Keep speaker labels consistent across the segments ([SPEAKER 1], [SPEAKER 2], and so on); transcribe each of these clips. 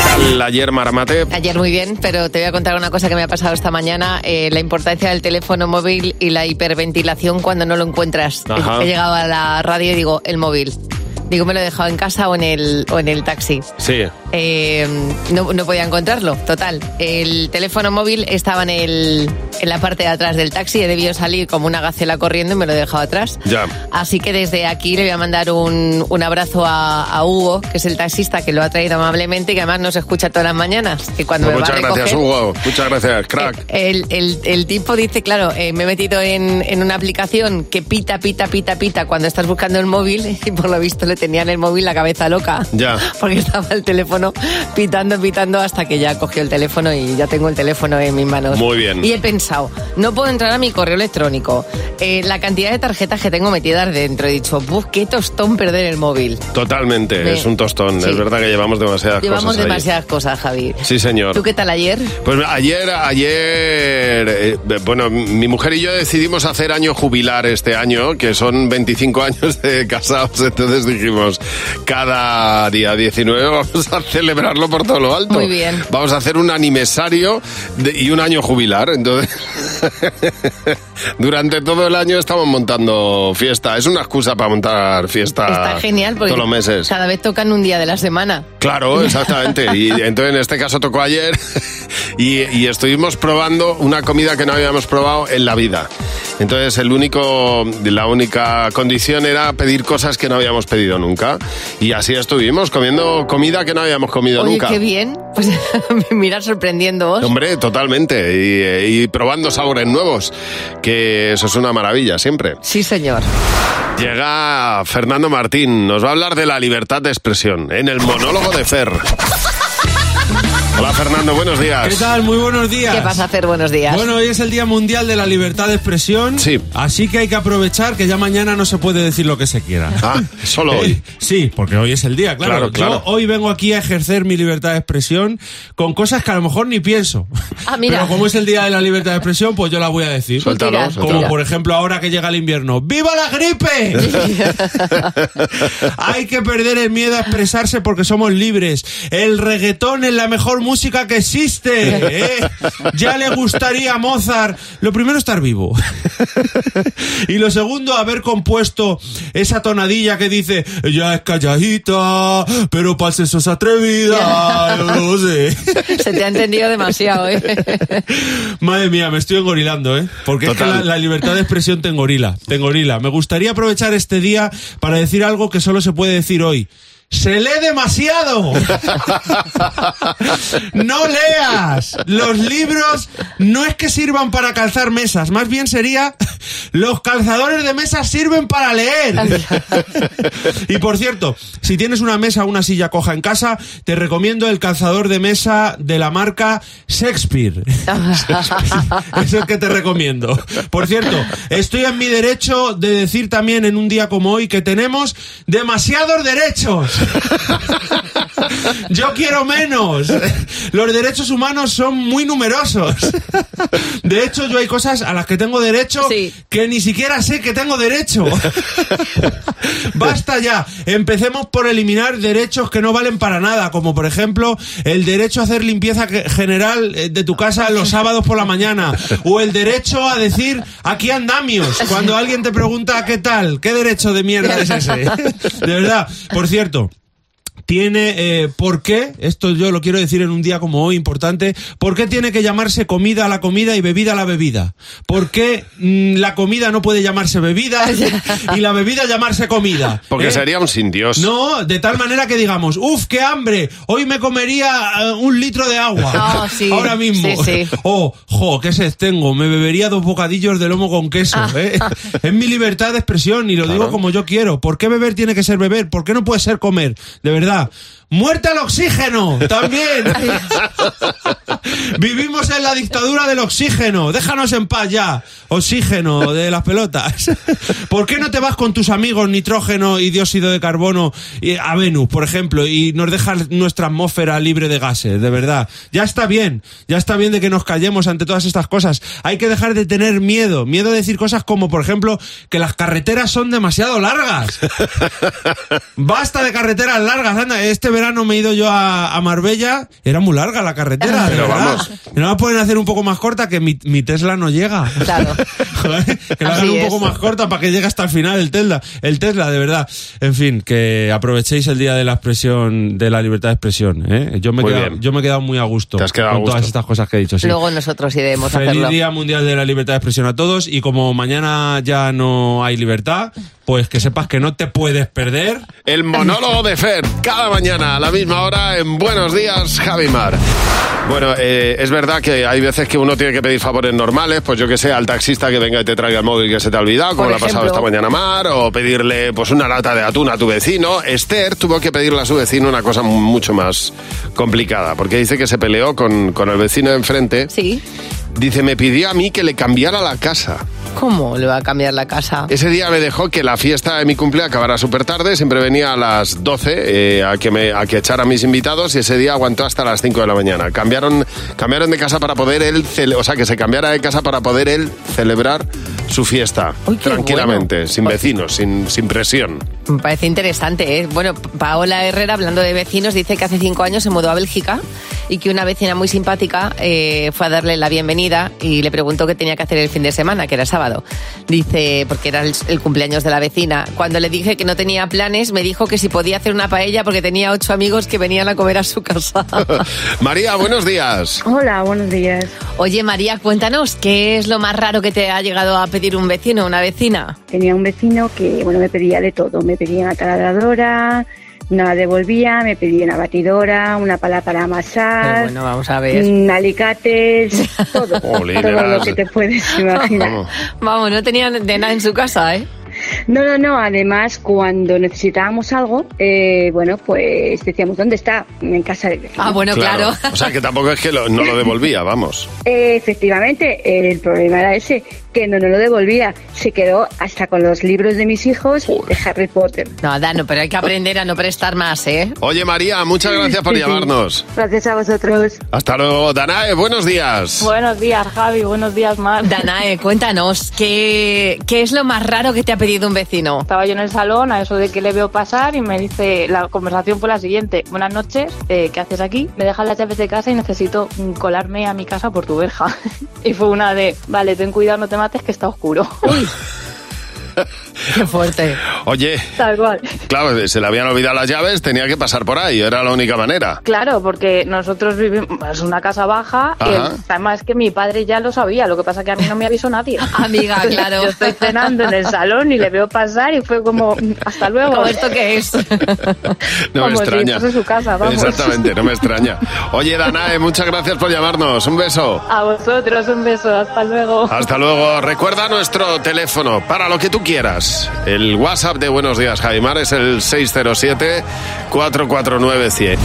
[SPEAKER 1] tal ayer, Maramate?
[SPEAKER 2] Ayer muy bien, pero te voy a contar una cosa que me ha pasado esta mañana, eh, la importancia del teléfono móvil y la hiperventilación cuando no lo encuentras.
[SPEAKER 1] Ajá.
[SPEAKER 2] He llegado a la radio y digo, el móvil. Digo, me lo he dejado en casa o en el, o en el taxi.
[SPEAKER 1] Sí.
[SPEAKER 2] Eh, no, no podía encontrarlo, total. El teléfono móvil estaba en, el, en la parte de atrás del taxi, he debido salir como una gacela corriendo y me lo he dejado atrás.
[SPEAKER 1] Ya.
[SPEAKER 2] Así que desde aquí le voy a mandar un, un abrazo a, a Hugo, que es el taxista que lo ha traído amablemente y que además nos escucha todas las mañanas. Que cuando
[SPEAKER 1] Pues
[SPEAKER 2] me va
[SPEAKER 1] muchas
[SPEAKER 2] a recoger,
[SPEAKER 1] gracias, Hugo. Muchas gracias, crack.
[SPEAKER 2] El, el- el tipo dice, claro, eh, me he metido en, en una aplicación que pita, pita, pita, pita cuando estás buscando el móvil y por lo visto le tenían el móvil la cabeza loca.
[SPEAKER 1] Ya.
[SPEAKER 2] Porque estaba el teléfono pitando, pitando hasta que ya cogió el teléfono y ya tengo el teléfono en mis manos.
[SPEAKER 1] Muy bien.
[SPEAKER 2] Y he pensado, no puedo entrar a mi correo electrónico. Eh, la cantidad de tarjetas que tengo metidas dentro, he dicho, "Buf, qué tostón perder el móvil.
[SPEAKER 1] Totalmente,
[SPEAKER 2] Sí.
[SPEAKER 1] es un tostón.
[SPEAKER 2] Sí.
[SPEAKER 1] Es verdad que llevamos demasiadas
[SPEAKER 2] Llevamos
[SPEAKER 1] cosas. ahí.
[SPEAKER 2] demasiadas cosas, Javi.
[SPEAKER 1] Sí, señor.
[SPEAKER 2] ¿Tú qué tal ayer?
[SPEAKER 1] Pues ayer, ayer, eh, bueno, mi mujer y yo decidimos hacer año jubilar este año, que son 25 años de casados, entonces dijimos, cada día 19 vamos a celebrarlo por todo lo alto.
[SPEAKER 2] Muy bien.
[SPEAKER 1] Vamos a hacer un aniversario de- y un año jubilar, entonces durante todo el año estamos montando fiesta, es una excusa para montar fiesta
[SPEAKER 2] Está genial porque
[SPEAKER 1] todos los meses.
[SPEAKER 2] cada vez tocan un día de la semana.
[SPEAKER 1] Claro, exactamente. Y entonces en este caso tocó ayer y, y estuvimos probando una comida que no habíamos probado en la vida. Entonces el único, la única condición era pedir cosas que no habíamos pedido nunca. Y así estuvimos comiendo comida que no habíamos comido
[SPEAKER 2] Oye,
[SPEAKER 1] nunca.
[SPEAKER 2] qué bien. Pues mirar sorprendiéndoos.
[SPEAKER 1] Hombre, totalmente. Y, eh, y probando sabores nuevos, que eso es una maravilla siempre.
[SPEAKER 2] Sí, señor.
[SPEAKER 1] Llega Fernando Martín, nos va a hablar de la libertad de expresión en el monólogo de Fer. Hola Fernando, buenos
[SPEAKER 3] ¿Qué
[SPEAKER 1] días.
[SPEAKER 3] tal? Muy buenos días.
[SPEAKER 2] ¿Qué vas a hacer? Buenos días.
[SPEAKER 3] Bueno, hoy es el Día Mundial de la Libertad de Expresión.
[SPEAKER 1] Sí.
[SPEAKER 3] Así que hay que aprovechar que ya mañana no se puede decir lo que se quiera.
[SPEAKER 1] Ah, solo hoy.
[SPEAKER 3] Eh, Sí, porque hoy es el día, claro.
[SPEAKER 1] Claro, claro.
[SPEAKER 3] Yo hoy vengo aquí a ejercer mi libertad de expresión con cosas que a lo mejor ni pienso.
[SPEAKER 2] Ah, mira.
[SPEAKER 3] Pero como es el día de la libertad de expresión, pues yo la voy a decir.
[SPEAKER 1] Suéltalo,
[SPEAKER 2] Mira,
[SPEAKER 1] suéltalo.
[SPEAKER 3] Como por ejemplo ahora que llega el invierno. ¡Viva la gripe! Hay que perder el miedo a expresarse porque somos libres. El reggaetón es la mejor música que existe. ¿eh? Ya le gustaría a Mozart. Lo primero estar vivo. Y lo segundo, haber compuesto esa tonadilla que dice, ella es calladita, pero para eso es atrevida. Yo no sé.
[SPEAKER 2] Se te ha entendido demasiado, ¿eh?
[SPEAKER 3] Madre mía, me estoy engorilando, ¿eh? Porque es que
[SPEAKER 1] Total.
[SPEAKER 3] la, la libertad de expresión te engorila, te engorila. Me gustaría aprovechar este día para decir algo que solo se puede decir hoy. ¡Se lee demasiado! ¡No leas! Los libros no es que sirvan para calzar mesas, más bien sería los calzadores de mesas sirven para leer. Y por cierto, si tienes una mesa o una silla coja en casa, te recomiendo el calzador de mesa de la marca Shakespeare. es el que te recomiendo. Por cierto, estoy en mi derecho de decir también en un día como hoy que tenemos demasiados derechos. Yo quiero menos. Los derechos humanos son muy numerosos. De hecho, yo hay cosas a las que tengo derecho
[SPEAKER 2] Sí.
[SPEAKER 3] que ni siquiera sé que tengo derecho. Basta ya. Empecemos por eliminar derechos que no valen para nada, como por ejemplo el derecho a hacer limpieza que- general eh, de tu casa los sábados por la mañana, o el derecho a decir aquí andamios cuando alguien te pregunta qué tal, qué derecho de mierda es ese. De verdad. Por cierto. Tiene eh, por qué, esto yo lo quiero decir en un día como hoy importante, por qué tiene que llamarse comida a la comida y bebida a la bebida. ¿Por qué mm, la comida no puede llamarse bebida y la bebida llamarse comida?
[SPEAKER 1] Porque
[SPEAKER 3] ¿Eh?
[SPEAKER 1] sería un sin Dios.
[SPEAKER 3] No, de tal manera que digamos, uff, qué hambre, hoy me comería eh, un litro de agua.
[SPEAKER 2] Ah, sí,
[SPEAKER 3] Ahora mismo.
[SPEAKER 2] sí, sí.
[SPEAKER 3] O, jo, qué sed tengo, me bebería dos bocadillos de lomo con queso.
[SPEAKER 2] Ah.
[SPEAKER 3] ¿eh? es mi libertad de expresión y lo digo como yo quiero. ¿Por qué beber tiene que ser beber? ¿Por qué no puede ser comer? De verdad. ¡Muerte al oxígeno! También. Vivimos en la dictadura del oxígeno. Déjanos en paz ya. Oxígeno de las pelotas. ¿Por qué no te vas con tus amigos nitrógeno y dióxido de carbono eh, a Venus, por ejemplo, y nos dejas nuestra atmósfera libre de gases? De verdad. Ya está bien. Ya está bien de que nos callemos ante todas estas cosas. Hay que dejar de tener miedo. Miedo a decir cosas como, por ejemplo, que las carreteras son demasiado largas. Basta de carreteras largas. Anda, este verano me he ido yo a, a Marbella. Era muy larga la carretera.
[SPEAKER 1] Pero
[SPEAKER 3] de verdad.
[SPEAKER 1] vamos.
[SPEAKER 3] No la pueden hacer un poco más corta que mi, mi Tesla no llega.
[SPEAKER 2] Claro.
[SPEAKER 3] Joder, que la
[SPEAKER 2] Así
[SPEAKER 3] hagan un
[SPEAKER 2] es.
[SPEAKER 3] poco más corta para que llegue hasta el final el Tesla. El Tesla, de verdad. En fin, que aprovechéis el día de la expresión, de la libertad de expresión. ¿eh? Yo, me he
[SPEAKER 1] Muy
[SPEAKER 3] quedado,
[SPEAKER 1] bien.
[SPEAKER 3] yo me he quedado muy a gusto
[SPEAKER 1] Te has quedado a
[SPEAKER 3] con todas
[SPEAKER 1] gusto.
[SPEAKER 3] estas cosas que he dicho. sí.
[SPEAKER 2] Luego nosotros iremos a
[SPEAKER 3] Feliz
[SPEAKER 2] hacerlo.
[SPEAKER 3] Día Mundial de la Libertad de Expresión a todos y como mañana ya no hay libertad, pues que sepas que no te puedes perder.
[SPEAKER 1] El monólogo de Fer, cada mañana a la misma hora en Buenos Días, Javi Mar. Bueno, eh, es verdad que hay veces que uno tiene que pedir favores normales, pues yo que sé, al taxista que venga y te traiga el móvil que se te ha olvidado, como
[SPEAKER 2] Por
[SPEAKER 1] le ha pasado
[SPEAKER 2] ejemplo.
[SPEAKER 1] esta mañana a Mar, o pedirle pues una lata de atún a tu vecino. Esther tuvo que pedirle a su vecino una cosa mucho más complicada, porque dice que se peleó con, con el vecino de enfrente.
[SPEAKER 2] Sí.
[SPEAKER 1] Dice, me pidió a mí que le cambiara la casa.
[SPEAKER 2] ¿Cómo le va a cambiar la casa?
[SPEAKER 1] Ese día me dejó que la fiesta de mi cumpleaños acabara súper tarde, siempre venía a las 12 eh, a, que me, a que echara a mis invitados y ese día aguantó hasta las 5 de la mañana. Cambiaron, cambiaron de casa para poder él, cele- o sea, que se cambiara de casa para poder él celebrar su fiesta
[SPEAKER 2] Uy, qué
[SPEAKER 1] tranquilamente,
[SPEAKER 2] bueno.
[SPEAKER 1] sin vecinos, sin, sin presión.
[SPEAKER 2] Me parece interesante, ¿eh? Bueno, Paola Herrera, hablando de vecinos, dice que hace cinco años se mudó a Bélgica y que una vecina muy simpática eh, fue a darle la bienvenida y le preguntó qué tenía que hacer el fin de semana, que era sábado. Dice, porque era el, el cumpleaños de la vecina. Cuando le dije que no tenía planes, me dijo que si podía hacer una paella porque tenía ocho amigos que venían a comer a su casa.
[SPEAKER 1] María, buenos días.
[SPEAKER 4] Hola, buenos días.
[SPEAKER 2] Oye, María, cuéntanos, ¿qué es lo más raro que te ha llegado a pedir un vecino o una vecina?
[SPEAKER 4] Tenía un vecino que, bueno, me pedía de todo. Me pedía una taladradora, una devolvía, me pedía una batidora, una pala para
[SPEAKER 2] Pero
[SPEAKER 4] amasar,
[SPEAKER 2] bueno, vamos a ver.
[SPEAKER 4] mm, alicates, todo.
[SPEAKER 2] Oh,
[SPEAKER 1] Jolín,
[SPEAKER 4] todo
[SPEAKER 1] eras-
[SPEAKER 4] lo que te puedes imaginar.
[SPEAKER 1] Vamos.
[SPEAKER 2] Vamos, no tenían de nada en su casa, ¿eh?
[SPEAKER 4] No, no, no. Además, cuando necesitábamos algo, eh, bueno, pues decíamos, ¿dónde está? En casa del vecino.
[SPEAKER 2] Ah, bueno, claro.
[SPEAKER 1] O sea, que tampoco es que lo- no lo devolvía, vamos.
[SPEAKER 4] Eh, efectivamente, el problema era ese, que no, no lo devolvía. Se quedó hasta con los libros de mis hijos de Harry Potter.
[SPEAKER 2] No, Dano, pero hay que aprender a no prestar más, ¿eh?
[SPEAKER 1] Oye, María, muchas gracias por
[SPEAKER 4] Sí, sí.
[SPEAKER 1] llamarnos.
[SPEAKER 4] Gracias a vosotros.
[SPEAKER 1] Hasta luego, Danae, buenos días.
[SPEAKER 5] Buenos días, Javi. Buenos días, Mar.
[SPEAKER 2] Danae, cuéntanos, ¿qué, ¿qué es lo más raro que te ha pedido un vecino?
[SPEAKER 5] Estaba yo en el salón, a eso de que le veo pasar y me dice, la conversación fue la siguiente. Buenas noches, eh, ¿qué haces aquí? Me dejas las llaves de casa y necesito mm, colarme a mi casa por tu verja. y fue una de, vale, ten cuidado, no te mates, que está oscuro.
[SPEAKER 2] Qué fuerte.
[SPEAKER 1] Oye,
[SPEAKER 5] Tal cual.
[SPEAKER 1] claro, se le habían olvidado las llaves, tenía que pasar por ahí, era la única manera.
[SPEAKER 5] Claro, porque nosotros vivimos, es una casa baja, y
[SPEAKER 1] Ajá.
[SPEAKER 5] el- además que mi padre ya lo sabía, lo que pasa que a mí no me avisó nadie.
[SPEAKER 2] Amiga,
[SPEAKER 5] Entonces,
[SPEAKER 2] claro.
[SPEAKER 5] Yo estoy cenando en el salón y le veo pasar y fue como, mm, hasta luego.
[SPEAKER 2] ¿Cómo esto qué es?
[SPEAKER 1] No me
[SPEAKER 5] Vamos,
[SPEAKER 1] extraña.
[SPEAKER 5] sí, eso es su casa, vamos.
[SPEAKER 1] Exactamente, no me extraña. Oye, Danae, muchas gracias por llamarnos. Un beso.
[SPEAKER 5] A vosotros un beso, hasta luego.
[SPEAKER 1] Hasta luego. Recuerda nuestro teléfono para lo que tú quieras. El WhatsApp de Buenos Días, Javimar, es el 607-449-100.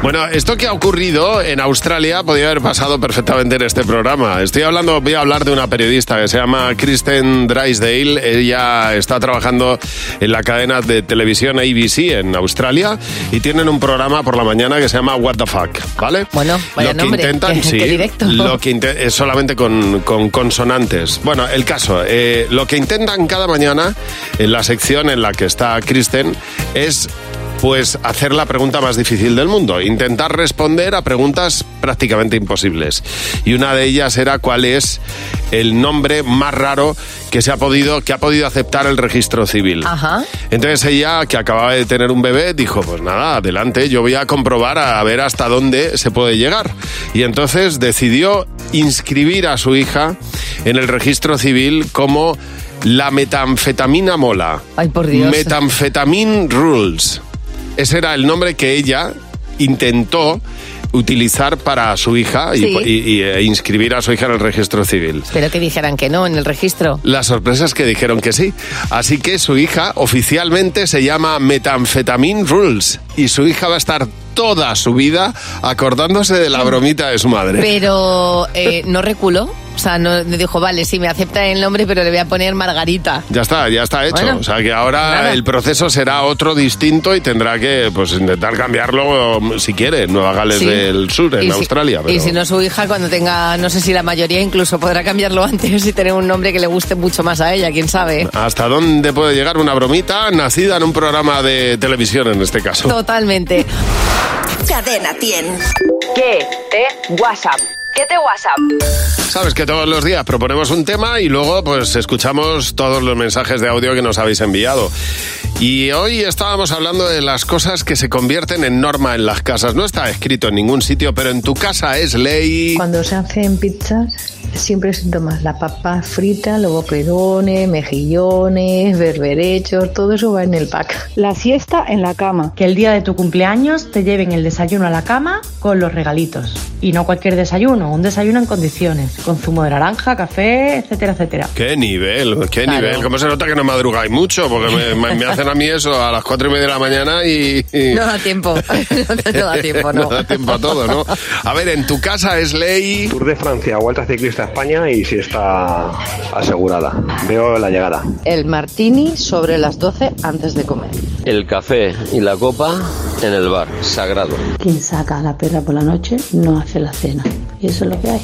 [SPEAKER 1] Bueno, esto que ha ocurrido en Australia podía haber pasado perfectamente en este programa. Estoy hablando, voy a hablar de una periodista que se llama Kristen Drysdale. Ella está trabajando en la cadena de televisión ABC en Australia y tienen un programa por la mañana que se llama What the Fuck, ¿vale?
[SPEAKER 2] Bueno, vaya
[SPEAKER 1] lo que
[SPEAKER 2] nombre,
[SPEAKER 1] intentan,
[SPEAKER 2] qué-
[SPEAKER 1] sí,
[SPEAKER 2] qué directo.
[SPEAKER 1] lo que inte- es solamente con, con consonantes. Bueno, el caso, eh, lo que intentan cada mañana en la sección en la que está Kristen es pues hacer la pregunta más difícil del mundo, intentar responder a preguntas prácticamente imposibles. Y una de ellas era cuál es el nombre más raro que se ha podido que ha podido aceptar el registro civil.
[SPEAKER 2] Ajá.
[SPEAKER 1] Entonces ella, que acababa de tener un bebé, dijo, pues nada, adelante, yo voy a comprobar a ver hasta dónde se puede llegar. Y entonces decidió inscribir a su hija en el registro civil como la metanfetamina mola.
[SPEAKER 2] Ay, por Dios.
[SPEAKER 1] Metanfetamin Rules. Ese era el nombre que ella intentó utilizar para su hija y-
[SPEAKER 2] Sí.
[SPEAKER 1] y- y, eh, inscribir a su hija en el registro civil.
[SPEAKER 2] Espero que dijeran que no en el registro.
[SPEAKER 1] La sorpresa es que dijeron que sí. Así que su hija oficialmente se llama Metanfetamine Rules y su hija va a estar toda su vida acordándose de la bromita de su madre.
[SPEAKER 2] Pero eh, no reculó. O sea, no no dijo, vale, sí, me acepta el nombre, pero le voy a poner Margarita.
[SPEAKER 1] Ya está, ya está hecho.
[SPEAKER 2] Bueno,
[SPEAKER 1] o sea que ahora
[SPEAKER 2] nada.
[SPEAKER 1] el proceso será otro distinto y tendrá que pues intentar cambiarlo um, si quiere en Nueva Gales
[SPEAKER 2] Sí.
[SPEAKER 1] del Sur, en
[SPEAKER 2] Y si-
[SPEAKER 1] Australia. pero-
[SPEAKER 2] Y si no, su hija, cuando tenga, no sé si la mayoría, incluso podrá cambiarlo antes y tener un nombre que le guste mucho más a ella, quién sabe.
[SPEAKER 1] ¿Hasta dónde puede llegar una bromita nacida en un programa de televisión en este caso?
[SPEAKER 2] Totalmente.
[SPEAKER 6] Cadena 100. ¿Qué te WhatsApp? ¿Qué te WhatsApp?
[SPEAKER 1] Sabes que todos los días proponemos un tema y luego pues escuchamos todos los mensajes de audio que nos habéis enviado. Y hoy estábamos hablando de las cosas que se convierten en norma en las casas. No está escrito en ningún sitio, pero en tu casa es ley.
[SPEAKER 7] Cuando se hacen pizzas, siempre se toman la papa frita, luego perones, mejillones, berberechos, todo eso va en el pack.
[SPEAKER 8] La siesta en la cama. Que el día de tu cumpleaños te lleven el desayuno a la cama con los regalitos. Y no cualquier desayuno, un desayuno en condiciones, con zumo de naranja, café, etcétera, etcétera.
[SPEAKER 1] Qué nivel, qué nivel. ¿Cómo se nota que no madrugáis mucho? Porque me, me- me hacen a mí eso a las cuatro y media de la mañana y... y-
[SPEAKER 2] No da tiempo. No, te- no da tiempo, no.
[SPEAKER 1] da tiempo a todo, ¿no? A ver, en tu casa es ley...
[SPEAKER 9] Tour de Francia, vuelta ciclista a España y si está asegurada. Veo la llegada.
[SPEAKER 10] El martini sobre las 12 antes de comer.
[SPEAKER 11] El café y la copa en el bar, sagrado.
[SPEAKER 7] Quien saca a la perra por la noche no hace la cena. Y eso es lo que hay.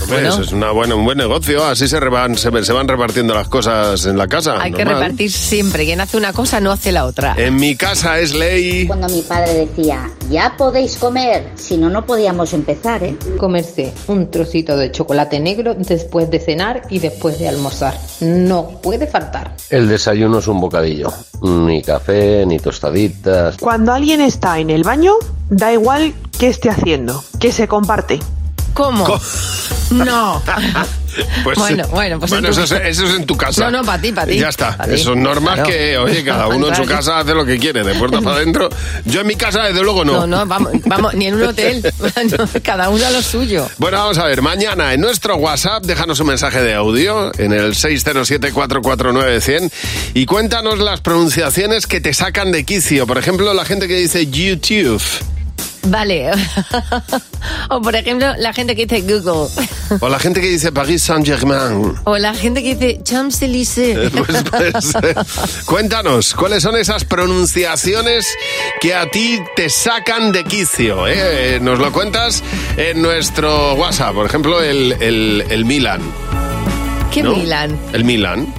[SPEAKER 1] Hombre, eso es una buena, un buen negocio. Así se, reban- se, se van repartiendo las cosas en la casa.
[SPEAKER 2] Hay que
[SPEAKER 1] normal. Eh,
[SPEAKER 2] repartir siempre. Quien hace una cosa no hace la otra.
[SPEAKER 1] En mi casa es ley...
[SPEAKER 12] Cuando mi padre decía, ya podéis comer, si no, no podíamos empezar, ¿eh?
[SPEAKER 10] Comerse un trocito de chocolate negro después de cenar y después de almorzar. No puede faltar.
[SPEAKER 11] El desayuno es un bocadillo. Ni café, ni tostaditas.
[SPEAKER 13] Cuando alguien está en el baño, da igual qué esté haciendo, que se comparte.
[SPEAKER 2] ¿Cómo? No.
[SPEAKER 1] Pues-
[SPEAKER 2] bueno, bueno, pues
[SPEAKER 1] bueno,
[SPEAKER 2] en tu-
[SPEAKER 1] eso, es, eso es en tu casa.
[SPEAKER 2] No, no, para ti, para ti.
[SPEAKER 1] Ya está.
[SPEAKER 2] Pa' ti.
[SPEAKER 1] Eso son normas
[SPEAKER 2] Claro.
[SPEAKER 1] que, oye, cada uno en su
[SPEAKER 2] Claro.
[SPEAKER 1] casa hace lo que quiere, de puerta para adentro. Yo en mi casa, desde luego,
[SPEAKER 2] No, no, vamos, vamos, ni en un hotel. No, cada uno a lo suyo.
[SPEAKER 1] Bueno, vamos a ver, mañana en nuestro WhatsApp déjanos un mensaje de audio en el 607-449-100 y cuéntanos las pronunciaciones que te sacan de quicio. Por ejemplo, la gente que dice YouTube
[SPEAKER 2] Vale. O por ejemplo, la gente que dice Google.
[SPEAKER 1] o la gente que dice Paris Saint-Germain.
[SPEAKER 2] O la gente que dice Champs-Élysées.
[SPEAKER 1] Pues, pues, eh, cuéntanos, ¿cuáles son esas pronunciaciones que a ti te sacan de quicio? eh? Eh, Nos lo cuentas en nuestro WhatsApp, por ejemplo, el, el, el Milan.
[SPEAKER 2] ¿Qué
[SPEAKER 1] ¿no?
[SPEAKER 2] Milan?
[SPEAKER 1] El Milan.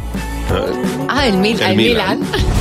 [SPEAKER 2] Ah, el, Mil-
[SPEAKER 1] El
[SPEAKER 2] el
[SPEAKER 1] Milan.
[SPEAKER 2] Milan.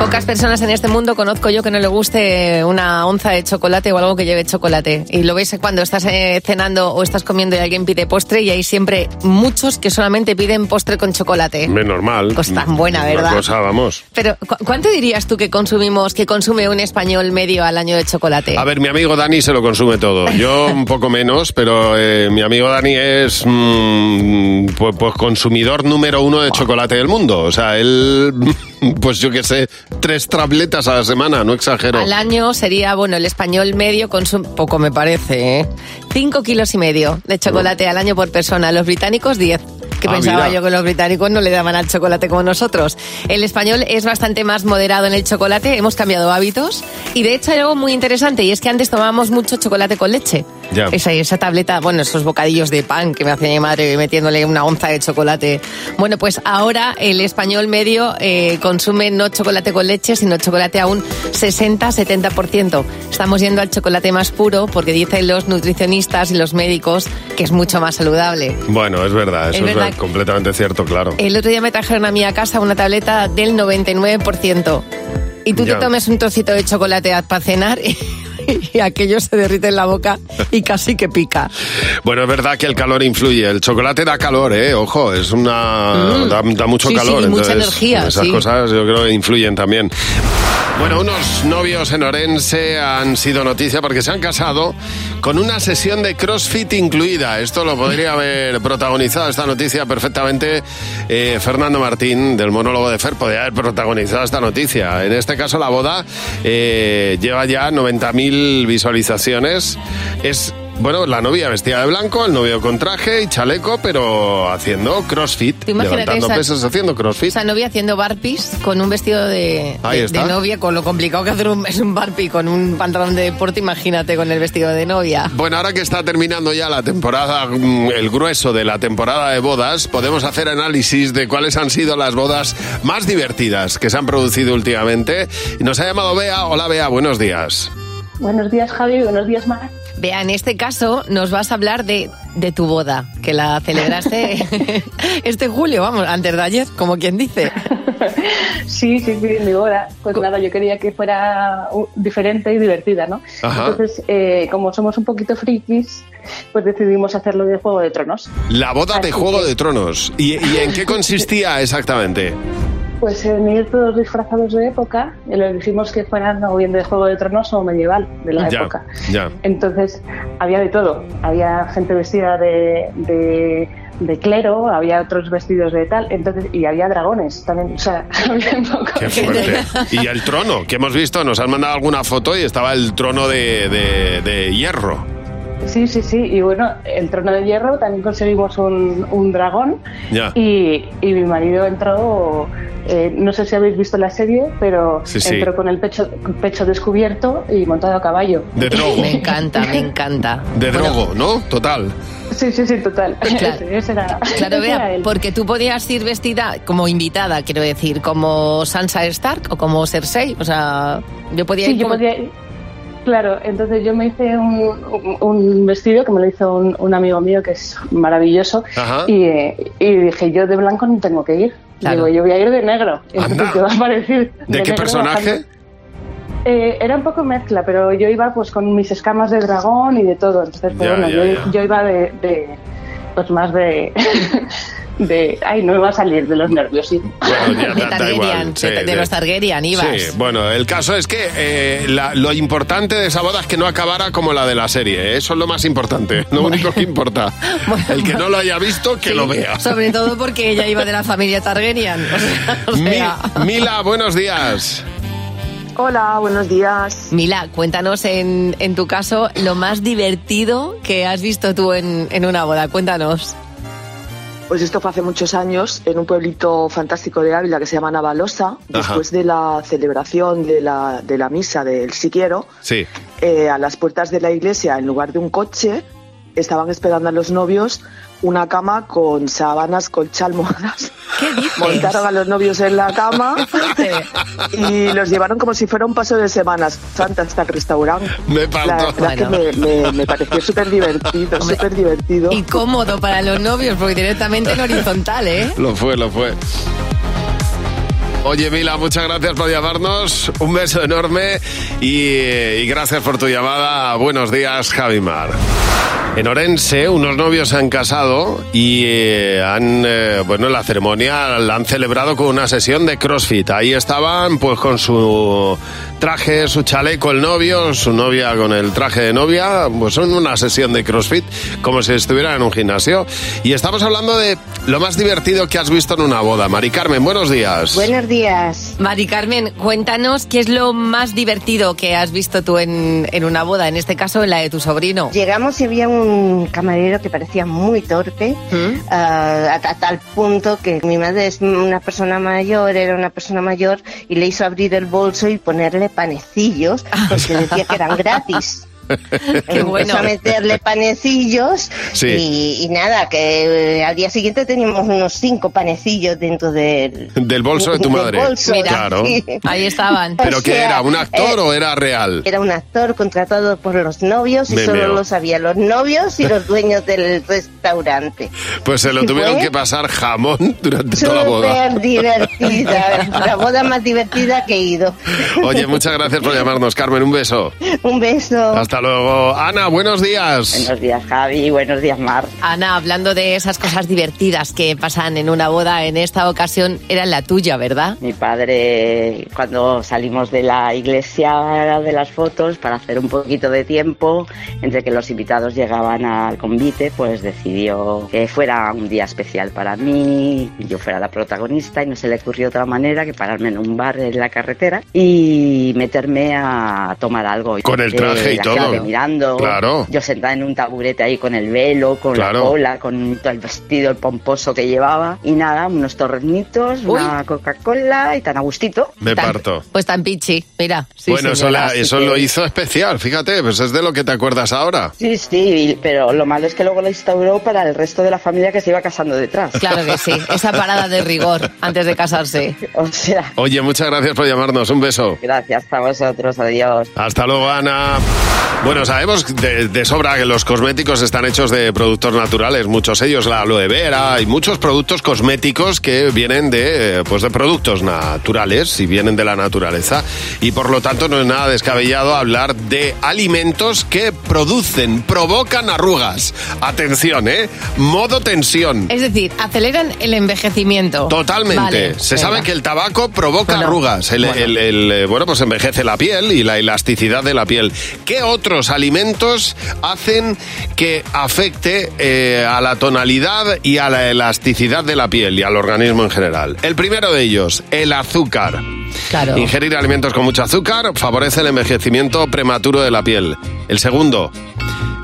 [SPEAKER 2] Pocas personas en este mundo conozco yo que no le guste una onza de chocolate o algo que lleve chocolate. Y lo veis cuando estás eh, cenando o estás comiendo y alguien pide postre y hay siempre muchos que solamente piden postre con chocolate.
[SPEAKER 1] Menos normal.
[SPEAKER 2] Pues tan buena, ¿verdad?
[SPEAKER 1] Una cosa, vamos.
[SPEAKER 2] Pero ¿cu- ¿cuánto dirías tú que consumimos, que consume un español medio al año de chocolate?
[SPEAKER 1] A ver, mi amigo Dani se lo consume todo. Yo un poco menos, pero eh, mi amigo Dani es mm, pues, pues consumidor número uno de chocolate del mundo. O sea, él, pues yo qué sé, tres tabletas a la semana, no exagero.
[SPEAKER 2] Al año sería, bueno, el español medio consume, poco me parece, ¿eh? 5 kilos y medio de chocolate al año por persona. Los británicos, 10. Que
[SPEAKER 5] Ah,
[SPEAKER 2] pensaba
[SPEAKER 5] mira.
[SPEAKER 2] yo que los británicos no le daban al chocolate como nosotros. El español es bastante más moderado en el chocolate, hemos cambiado hábitos. Y de hecho hay algo muy interesante, y es que antes tomábamos mucho chocolate con leche.
[SPEAKER 5] Ya.
[SPEAKER 2] Esa, esa tableta, bueno, esos bocadillos de pan que me hacía mi madre metiéndole una onza de chocolate. Bueno, pues ahora el español medio eh, consume no chocolate con leche, sino chocolate a un 60-70%. Estamos yendo al chocolate más puro porque dicen los nutricionistas y los médicos que es mucho más saludable.
[SPEAKER 1] Bueno, es verdad, eso
[SPEAKER 2] Es
[SPEAKER 1] es,
[SPEAKER 2] verdad. Eh.
[SPEAKER 1] completamente cierto, claro.
[SPEAKER 2] El otro día me trajeron a mí a casa una tableta del 99%. Y tú
[SPEAKER 1] Ya.
[SPEAKER 2] te tomes un trocito de chocolate para cenar y, y aquello se derrite en la boca y casi que pica.
[SPEAKER 1] Bueno, es verdad que el calor influye. El chocolate da calor, ¿eh? Ojo, es una.
[SPEAKER 2] Mm.
[SPEAKER 1] Da, da mucho
[SPEAKER 2] Sí, sí,
[SPEAKER 1] calor.
[SPEAKER 2] y mucha
[SPEAKER 1] entonces,
[SPEAKER 2] energía,
[SPEAKER 1] Esas
[SPEAKER 2] sí.
[SPEAKER 1] cosas yo creo que influyen también. Bueno, unos novios en Orense han sido noticia porque se han casado con una sesión de CrossFit incluida. Esto lo podría haber protagonizado esta noticia perfectamente eh, Fernando Martín del monólogo de Fer. Podría haber protagonizado esta noticia. En este caso la boda eh, lleva ya 90.000 visualizaciones. Es Bueno, la novia vestida de blanco, el novio con traje y chaleco, pero haciendo crossfit.
[SPEAKER 2] imagínate
[SPEAKER 1] Levantando
[SPEAKER 2] esa-
[SPEAKER 1] pesas haciendo crossfit.
[SPEAKER 2] Esa novia haciendo barpees con un vestido de,
[SPEAKER 1] Ahí
[SPEAKER 2] de-
[SPEAKER 1] está.
[SPEAKER 2] de novia, con lo complicado que hacer un, es un barpee con un pantalón de deporte, imagínate con el vestido de novia.
[SPEAKER 1] Bueno, ahora que está terminando ya la temporada, mm, el grueso de la temporada de bodas, podemos hacer análisis de cuáles han sido las bodas más divertidas que se han producido últimamente. Y Nos ha llamado Bea. Hola Bea, buenos días.
[SPEAKER 2] Buenos días, Javi, buenos días, Mar. Vea, en este caso nos vas a hablar de, de tu boda, que la celebraste este julio, vamos, antes de ayer, como quien dice.
[SPEAKER 5] Sí, sí, sí, mi boda. Pues nada, yo quería que fuera uh, diferente y divertida, ¿no?
[SPEAKER 1] Ajá.
[SPEAKER 5] Entonces, eh, como somos un poquito frikis, pues decidimos hacerlo de Juego de Tronos.
[SPEAKER 1] La boda de Juego de Tronos. ¿Y, y en qué consistía exactamente?
[SPEAKER 5] Pues en ir todos disfrazados de época, y les dijimos que fueran o bien de Juego de Tronos o medieval, de la
[SPEAKER 1] ya,
[SPEAKER 5] época.
[SPEAKER 1] ya.
[SPEAKER 5] Entonces, había de todo. Había gente vestida de, de- de clero, había otros vestidos de tal, entonces y había dragones también. O sea, había un poco
[SPEAKER 1] Qué
[SPEAKER 5] de-
[SPEAKER 1] fuerte. Y el trono que hemos visto, nos han mandado alguna foto y estaba el trono de, de- de hierro.
[SPEAKER 5] Sí, sí, sí. Y bueno, el trono de hierro también conseguimos un, un dragón.
[SPEAKER 1] Ya.
[SPEAKER 5] Y, y mi marido entró, eh, no sé si habéis visto la serie, pero
[SPEAKER 1] Sí, sí.
[SPEAKER 5] entró con el pecho, pecho descubierto y montado a caballo.
[SPEAKER 1] De drogo.
[SPEAKER 2] Me encanta, me encanta.
[SPEAKER 1] De drogo, ¿no? Total.
[SPEAKER 5] Sí, sí, sí, total.
[SPEAKER 2] Claro.
[SPEAKER 5] Ese- ese era-
[SPEAKER 2] Claro,
[SPEAKER 5] ese era
[SPEAKER 2] vea,
[SPEAKER 5] él.
[SPEAKER 2] porque tú podías ir vestida como invitada, quiero decir, como Sansa Stark o como Cersei. O sea, yo podía
[SPEAKER 5] Sí,
[SPEAKER 2] ir
[SPEAKER 5] yo
[SPEAKER 2] como-
[SPEAKER 5] podía ir- Claro, entonces yo me hice un, un- un vestido que me lo hizo un, un amigo mío que es maravilloso
[SPEAKER 1] Ajá.
[SPEAKER 5] y, eh, y dije yo de blanco no tengo que ir.
[SPEAKER 1] Claro.
[SPEAKER 5] Digo, yo voy a ir de negro. Entonces,
[SPEAKER 1] Anda.
[SPEAKER 5] ¿qué va a parecer?
[SPEAKER 1] ¿De qué
[SPEAKER 5] negro
[SPEAKER 1] personaje?
[SPEAKER 5] bajando. Eh, era un poco mezcla, pero yo iba pues con mis escamas de dragón y de todo. Entonces, pues,
[SPEAKER 1] Ya,
[SPEAKER 5] bueno,
[SPEAKER 1] ya,
[SPEAKER 5] yo,
[SPEAKER 1] ya.
[SPEAKER 5] yo iba de, de, pues más de, de, ay, no me va a salir de los nervios, sí.
[SPEAKER 1] Bueno, ya,
[SPEAKER 2] De
[SPEAKER 1] da- da
[SPEAKER 2] Targaryen,
[SPEAKER 1] igual. Sí,
[SPEAKER 2] de, de los Targaryen ibas.
[SPEAKER 1] Sí, bueno, el caso es que eh, la- lo importante de esa boda es que no acabara como la de la serie. ¿eh? Eso es lo más importante, lo único que importa. El que no lo haya visto, que lo vea.
[SPEAKER 2] Sobre todo porque ella iba de la familia Targaryen. O sea, o
[SPEAKER 1] Mi-
[SPEAKER 2] sea.
[SPEAKER 1] Mila, buenos días.
[SPEAKER 2] Hola, buenos días. Mila, cuéntanos en, en tu caso lo más divertido que has visto tú en, en una boda. Cuéntanos.
[SPEAKER 4] Pues esto fue hace muchos años en un pueblito fantástico de Ávila que se llama Navalosa. Después de la celebración de la, de la misa del Siquiero,
[SPEAKER 1] Sí.
[SPEAKER 4] eh, a las puertas de la iglesia, en lugar de un coche, estaban esperando a los novios una cama con sábanas, colcha, almohadas. Montaron a los novios en la cama y los llevaron como si fuera un paso de semanas santa hasta el restaurante.
[SPEAKER 1] Me
[SPEAKER 4] La
[SPEAKER 1] parto.
[SPEAKER 4] verdad es que me, me- me pareció súper divertido, súper divertido.
[SPEAKER 2] Y cómodo para los novios, porque directamente en horizontal, ¿eh?
[SPEAKER 1] Lo fue, lo fue. Oye, Mila, muchas gracias por llamarnos. Un beso enorme y, eh, y gracias por tu llamada. Buenos días, Javimar. En Orense, unos novios se han casado y eh, han, eh, bueno, la ceremonia la han celebrado con una sesión de CrossFit. Ahí estaban, pues, con su traje, su chaleco, el novio, su novia con el traje de novia, pues son una sesión de CrossFit como si estuvieran en un gimnasio. Y estamos hablando de lo más divertido que has visto en una boda. Mari Carmen, buenos días.
[SPEAKER 2] Buenos días. Mari Carmen, cuéntanos qué es lo más divertido que has visto tú en, en una boda, en este caso en la de tu sobrino.
[SPEAKER 14] Llegamos y había un camarero que parecía muy torpe,
[SPEAKER 1] ¿Mm?
[SPEAKER 14] ah, a, a tal punto que mi madre es una persona mayor, era una persona mayor, y le hizo abrir el bolso y ponerle panecillos,
[SPEAKER 1] Ah.
[SPEAKER 14] porque decía que eran gratis. Empezó
[SPEAKER 2] bueno.
[SPEAKER 14] a meterle panecillos
[SPEAKER 1] Sí.
[SPEAKER 14] y, y nada, que eh, al día siguiente teníamos unos cinco panecillos dentro del,
[SPEAKER 1] Del bolso de tu
[SPEAKER 14] del
[SPEAKER 1] madre.
[SPEAKER 14] bolso,
[SPEAKER 1] Mira. Claro.
[SPEAKER 14] sí.
[SPEAKER 2] Ahí estaban.
[SPEAKER 1] ¿Pero
[SPEAKER 14] O
[SPEAKER 1] qué
[SPEAKER 14] sea,
[SPEAKER 1] era? ¿Un actor
[SPEAKER 14] eh,
[SPEAKER 1] o era real?
[SPEAKER 14] Era un actor contratado por los novios y
[SPEAKER 1] Me
[SPEAKER 14] solo
[SPEAKER 1] meo.
[SPEAKER 14] lo sabían los novios y los dueños del restaurante.
[SPEAKER 1] Pues se lo
[SPEAKER 14] ¿Y
[SPEAKER 1] tuvieron
[SPEAKER 14] fue?
[SPEAKER 1] que pasar jamón durante toda la boda.
[SPEAKER 14] Súper divertida, la boda más divertida que he ido.
[SPEAKER 1] Oye, muchas gracias por llamarnos, Carmen. Un beso.
[SPEAKER 14] Un beso.
[SPEAKER 1] Hasta luego. Ana, buenos días. Buenos
[SPEAKER 14] días, Javi. Buenos días, Mar.
[SPEAKER 2] Ana, hablando de esas cosas divertidas que pasan en una boda, en esta ocasión era la tuya, ¿verdad?
[SPEAKER 15] Mi padre, cuando salimos de la iglesia de las fotos para hacer un poquito de tiempo, entre que los invitados llegaban al convite, pues decidió que fuera un día especial para mí, y yo fuera la protagonista y no se le ocurrió otra manera que pararme en un bar en la carretera y meterme a tomar algo. Eh,
[SPEAKER 1] Con el traje y
[SPEAKER 15] la-
[SPEAKER 1] todo,
[SPEAKER 15] gente mirando.
[SPEAKER 1] Claro.
[SPEAKER 15] Yo sentada en un taburete ahí con el velo, con la
[SPEAKER 1] Claro.
[SPEAKER 15] cola, con todo el vestido, el pomposo que llevaba. Y nada, unos torrenitos, una Coca-Cola y tan a gustito.
[SPEAKER 1] Me parto.
[SPEAKER 2] Pues tan pichi, mira. Sí,
[SPEAKER 1] bueno, eso,
[SPEAKER 2] señora,
[SPEAKER 1] la-
[SPEAKER 2] así
[SPEAKER 1] eso
[SPEAKER 2] que-
[SPEAKER 1] lo hizo especial, fíjate, pues es de lo que te acuerdas ahora.
[SPEAKER 15] Sí, sí, pero lo malo es que luego lo instauró para el resto de la familia que se iba casando detrás.
[SPEAKER 2] Claro que sí, esa parada de rigor antes de casarse.
[SPEAKER 15] O sea,
[SPEAKER 1] Oye, muchas gracias por llamarnos, un beso.
[SPEAKER 15] gracias a vosotros, adiós.
[SPEAKER 1] Hasta luego, Ana. Bueno, sabemos de, de sobra que los cosméticos están hechos de productos naturales, muchos ellos, la aloe vera y muchos productos cosméticos que vienen de, eh, pues de productos naturales y vienen de la naturaleza. Y por lo tanto no es nada descabellado hablar de alimentos que producen, provocan arrugas. Atención, ¿eh? Modo tensión.
[SPEAKER 2] Es decir, aceleran el envejecimiento.
[SPEAKER 1] Totalmente.
[SPEAKER 2] Vale,
[SPEAKER 1] Se
[SPEAKER 2] venga.
[SPEAKER 1] sabe que el tabaco provoca arrugas. El, el- el, eh, bueno, pues envejece la piel y la elasticidad de la piel. ¿Qué otros alimentos hacen que afecte eh, a la tonalidad y a la elasticidad de la piel y al organismo en general? El primero de ellos, el azúcar.
[SPEAKER 2] Claro.
[SPEAKER 1] Ingerir alimentos con mucho azúcar favorece el envejecimiento prematuro de la piel. El segundo,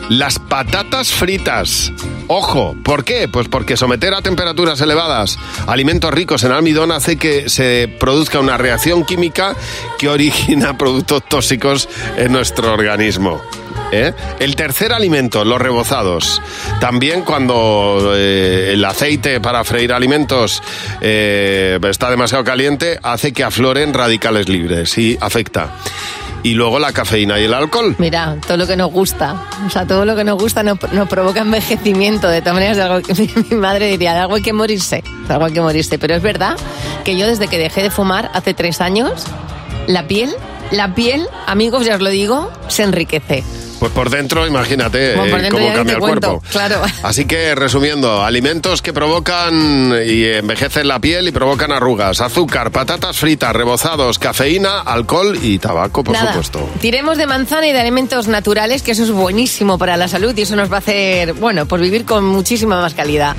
[SPEAKER 1] las patatas fritas. Ojo, ¿por qué? Pues porque someter a temperaturas elevadas alimentos ricos en almidón hace que se produzca una reacción química que origina productos tóxicos en nuestro organismo. ¿eh? El tercer alimento, los rebozados. También cuando eh, el aceite para freír alimentos eh, está demasiado caliente, hace que afloren radicales libres y afecta. Y luego la cafeína y el alcohol.
[SPEAKER 2] Mira, todo lo que nos gusta. O sea, todo lo que nos gusta nos, nos provoca envejecimiento. De todas maneras, de algo que- mi madre diría, de algo hay que morirse. De algo hay que morirse. Pero es verdad que yo desde que dejé de fumar hace tres años, la piel, la piel, amigos, ya os lo digo, se enriquece.
[SPEAKER 1] Pues por dentro, imagínate
[SPEAKER 2] Bueno, por
[SPEAKER 1] eh,
[SPEAKER 2] dentro
[SPEAKER 1] cómo
[SPEAKER 2] ya ni
[SPEAKER 1] cambia
[SPEAKER 2] te
[SPEAKER 1] el
[SPEAKER 2] cuento.
[SPEAKER 1] cuerpo.
[SPEAKER 2] Claro.
[SPEAKER 1] Así que, resumiendo, alimentos que provocan y envejecen la piel y provocan arrugas, azúcar, patatas fritas, rebozados, cafeína, alcohol y tabaco, por
[SPEAKER 2] Nada.
[SPEAKER 1] supuesto.
[SPEAKER 2] Tiremos de manzana y de alimentos naturales, que eso es buenísimo para la salud y eso nos va a hacer, bueno, pues vivir con muchísima más calidad.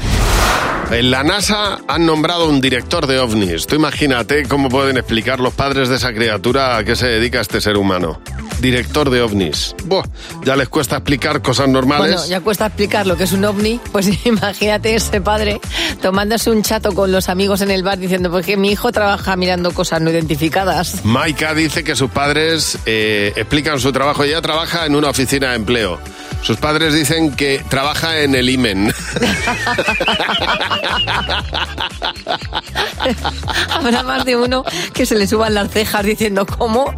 [SPEAKER 1] En la NASA han nombrado un director de ovnis. Tú imagínate cómo pueden explicar los padres de esa criatura a qué se dedica este ser humano. Director de ovnis. Buah, ya les cuesta explicar cosas normales.
[SPEAKER 2] Bueno, ya cuesta explicar lo que es un ovni, pues imagínate ese padre tomándose un chato con los amigos en el bar diciendo, pues que mi hijo trabaja mirando cosas no identificadas.
[SPEAKER 1] Maika dice que sus padres eh, explican su trabajo. Ella trabaja en una oficina de empleo. Sus padres dicen que trabaja en el IMEN.
[SPEAKER 2] Habrá más de uno que se le suban las cejas diciendo, ¿cómo?